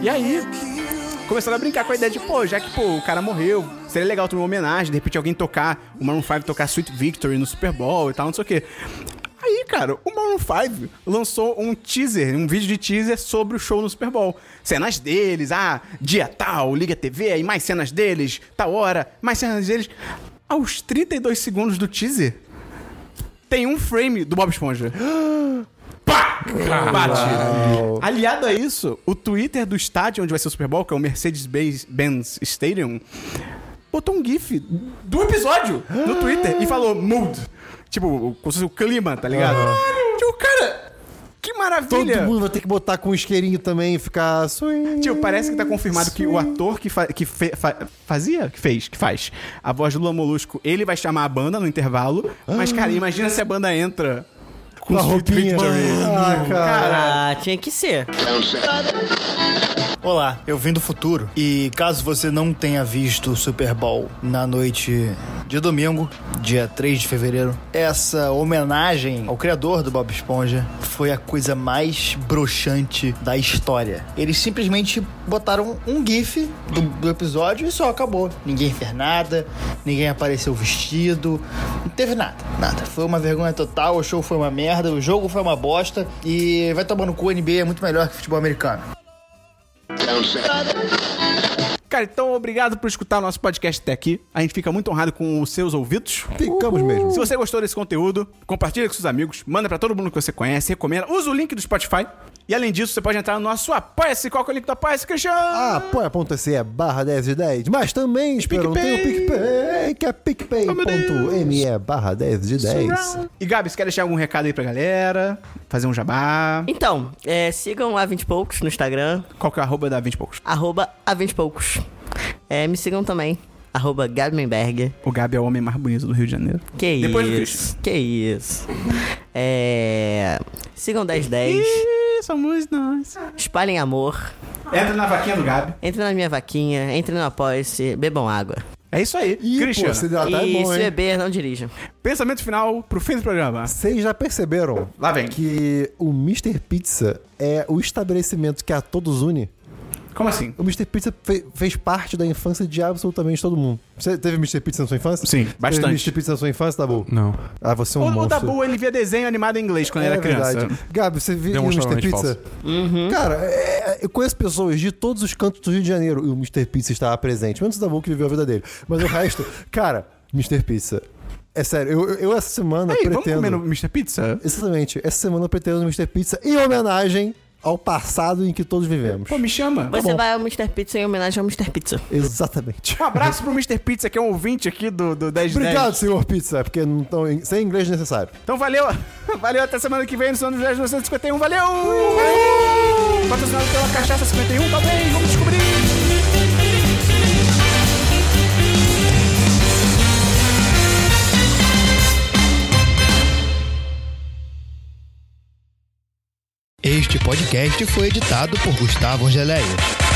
A: E aí, começaram a brincar com a ideia de, pô, já que pô, o cara morreu, seria legal ter uma homenagem, de repente alguém tocar, o Maroon 5 tocar Sweet Victory no Super Bowl e tal, não sei o quê. Aí, cara, o Maroon 5 lançou um teaser, um vídeo de teaser sobre o show no Super Bowl. Cenas deles, ah, dia tal, liga TV, aí mais cenas deles, tal hora, mais cenas deles. Aos 32 segundos do teaser, tem um frame do Bob Esponja. (gasps) Pá! Bate. Aliado a isso, o Twitter do estádio onde vai ser o Super Bowl, que é o Mercedes-Benz Stadium, botou um GIF do episódio
B: (gasps)
A: no Twitter e falou mood. Tipo, como se fosse o clima, tá ligado? Tipo, cara, que
B: Todo
A: maravilha!
B: mundo vai ter que botar com um isqueirinho também e ficar... swing.
A: Tio, parece que tá confirmado que o ator que, fa- que fe- fa- fazia, que fez, que faz a voz do Lula Molusco, ele vai chamar a banda no intervalo. Mas, cara, imagina se a banda entra com
B: Ah. Com a
A: Sweet
B: roupinha. Ah, cara.
D: Ah, tinha que ser.
H: Olá, eu vim do futuro e caso você não tenha visto o Super Bowl na noite de domingo, dia 3 de fevereiro, essa homenagem ao criador do Bob Esponja foi a coisa mais broxante da história. Eles simplesmente botaram um GIF do, do episódio e só acabou. Ninguém fez nada, ninguém apareceu vestido, não teve nada, nada. Foi uma vergonha total, o show foi uma merda, o jogo foi uma bosta e vai tomar no cu, NBA é muito melhor que futebol americano.
A: Cara, então obrigado por escutar o nosso podcast até aqui. A gente fica muito honrado com os seus ouvidos.
B: Ficamos mesmo.
A: Se você gostou desse conteúdo, compartilha com seus amigos, manda pra todo mundo que você conhece, recomenda, usa o link do Spotify. E além disso, você pode entrar no nosso Apoia-se. Qual que é o link do Apoia-se, Cristiano?
B: Ah. apoia.se barra 10 de 10, mas também esperam ter o PicPay, que é picpay.me barra 10 de 10.
A: E Gabi, você quer deixar algum recado aí pra galera? Fazer um jabá?
D: Então, é, sigam a 20 poucos no Instagram,
A: Qual que é o arroba da 20 e poucos?
D: arroba a 20 poucos. É, me sigam também, arroba Gabenberg.
A: O Gabi é o homem mais bonito do Rio de Janeiro.
D: Que
A: Depois do
D: isso? Que isso? É, sigam
B: É
D: 1010,
A: Ih, somos nós.
D: espalhem amor,
A: Entra na vaquinha do Gabi.
D: entrem na minha vaquinha, entrem no apoia-se, bebam água.
A: É isso aí.
B: Ih,
A: Cristiano,
B: pô, se hidratar é
D: e
B: bom,
D: se
B: hein? Tá
D: beber, não dirija.
A: pensamento final pro fim do programa.
B: Vocês já perceberam
A: Lá vem.
B: que o Mr. Pizza é o estabelecimento que a todos une?
A: Como assim?
B: O Mr. Pizza fe- fez parte da infância de absolutamente todo mundo. Você teve Mr. Pizza na sua infância?
A: Sim, bastante.
B: Teve Mr. Pizza na sua infância, Dabu?
C: Não.
B: Ah, você é um
A: O, o
B: monstro.
A: Dabu, ele via desenho animado em inglês quando
B: É
A: era criança.
B: Gabi, você viu o Mr.
C: Demonstravelmente
B: Pizza? Cara, é- é- eu conheço pessoas de todos os cantos do Rio de Janeiro e o Mr. Pizza estava presente, menos o Dabu que viveu a vida dele. Mas
A: (laughs)
B: o resto, cara, Mr. Pizza. É sério, eu, eu- eu essa semana
A: Ei, vamos
B: pretendo.
A: comer no Mr. Pizza?
B: Exatamente, essa semana eu pretendo no Mr. Pizza em homenagem ao passado em que todos vivemos.
A: Pô, me chama.
D: Você
B: bom.
D: vai ao Mr. Pizza em homenagem ao Mr. Pizza.
B: Exatamente.
A: Um abraço pro Mr. Pizza, que é um ouvinte aqui do, do 10 de 10.
B: Obrigado, senhor Pizza, porque não tão, sem inglês necessário.
A: Então valeu. (laughs) Valeu, até semana que vem no Sono 1951. Valeu! Patrocinado pela Cachaça 51, talvez. Vamos descobrir.
I: Este podcast foi editado por Gustavo Angeléia.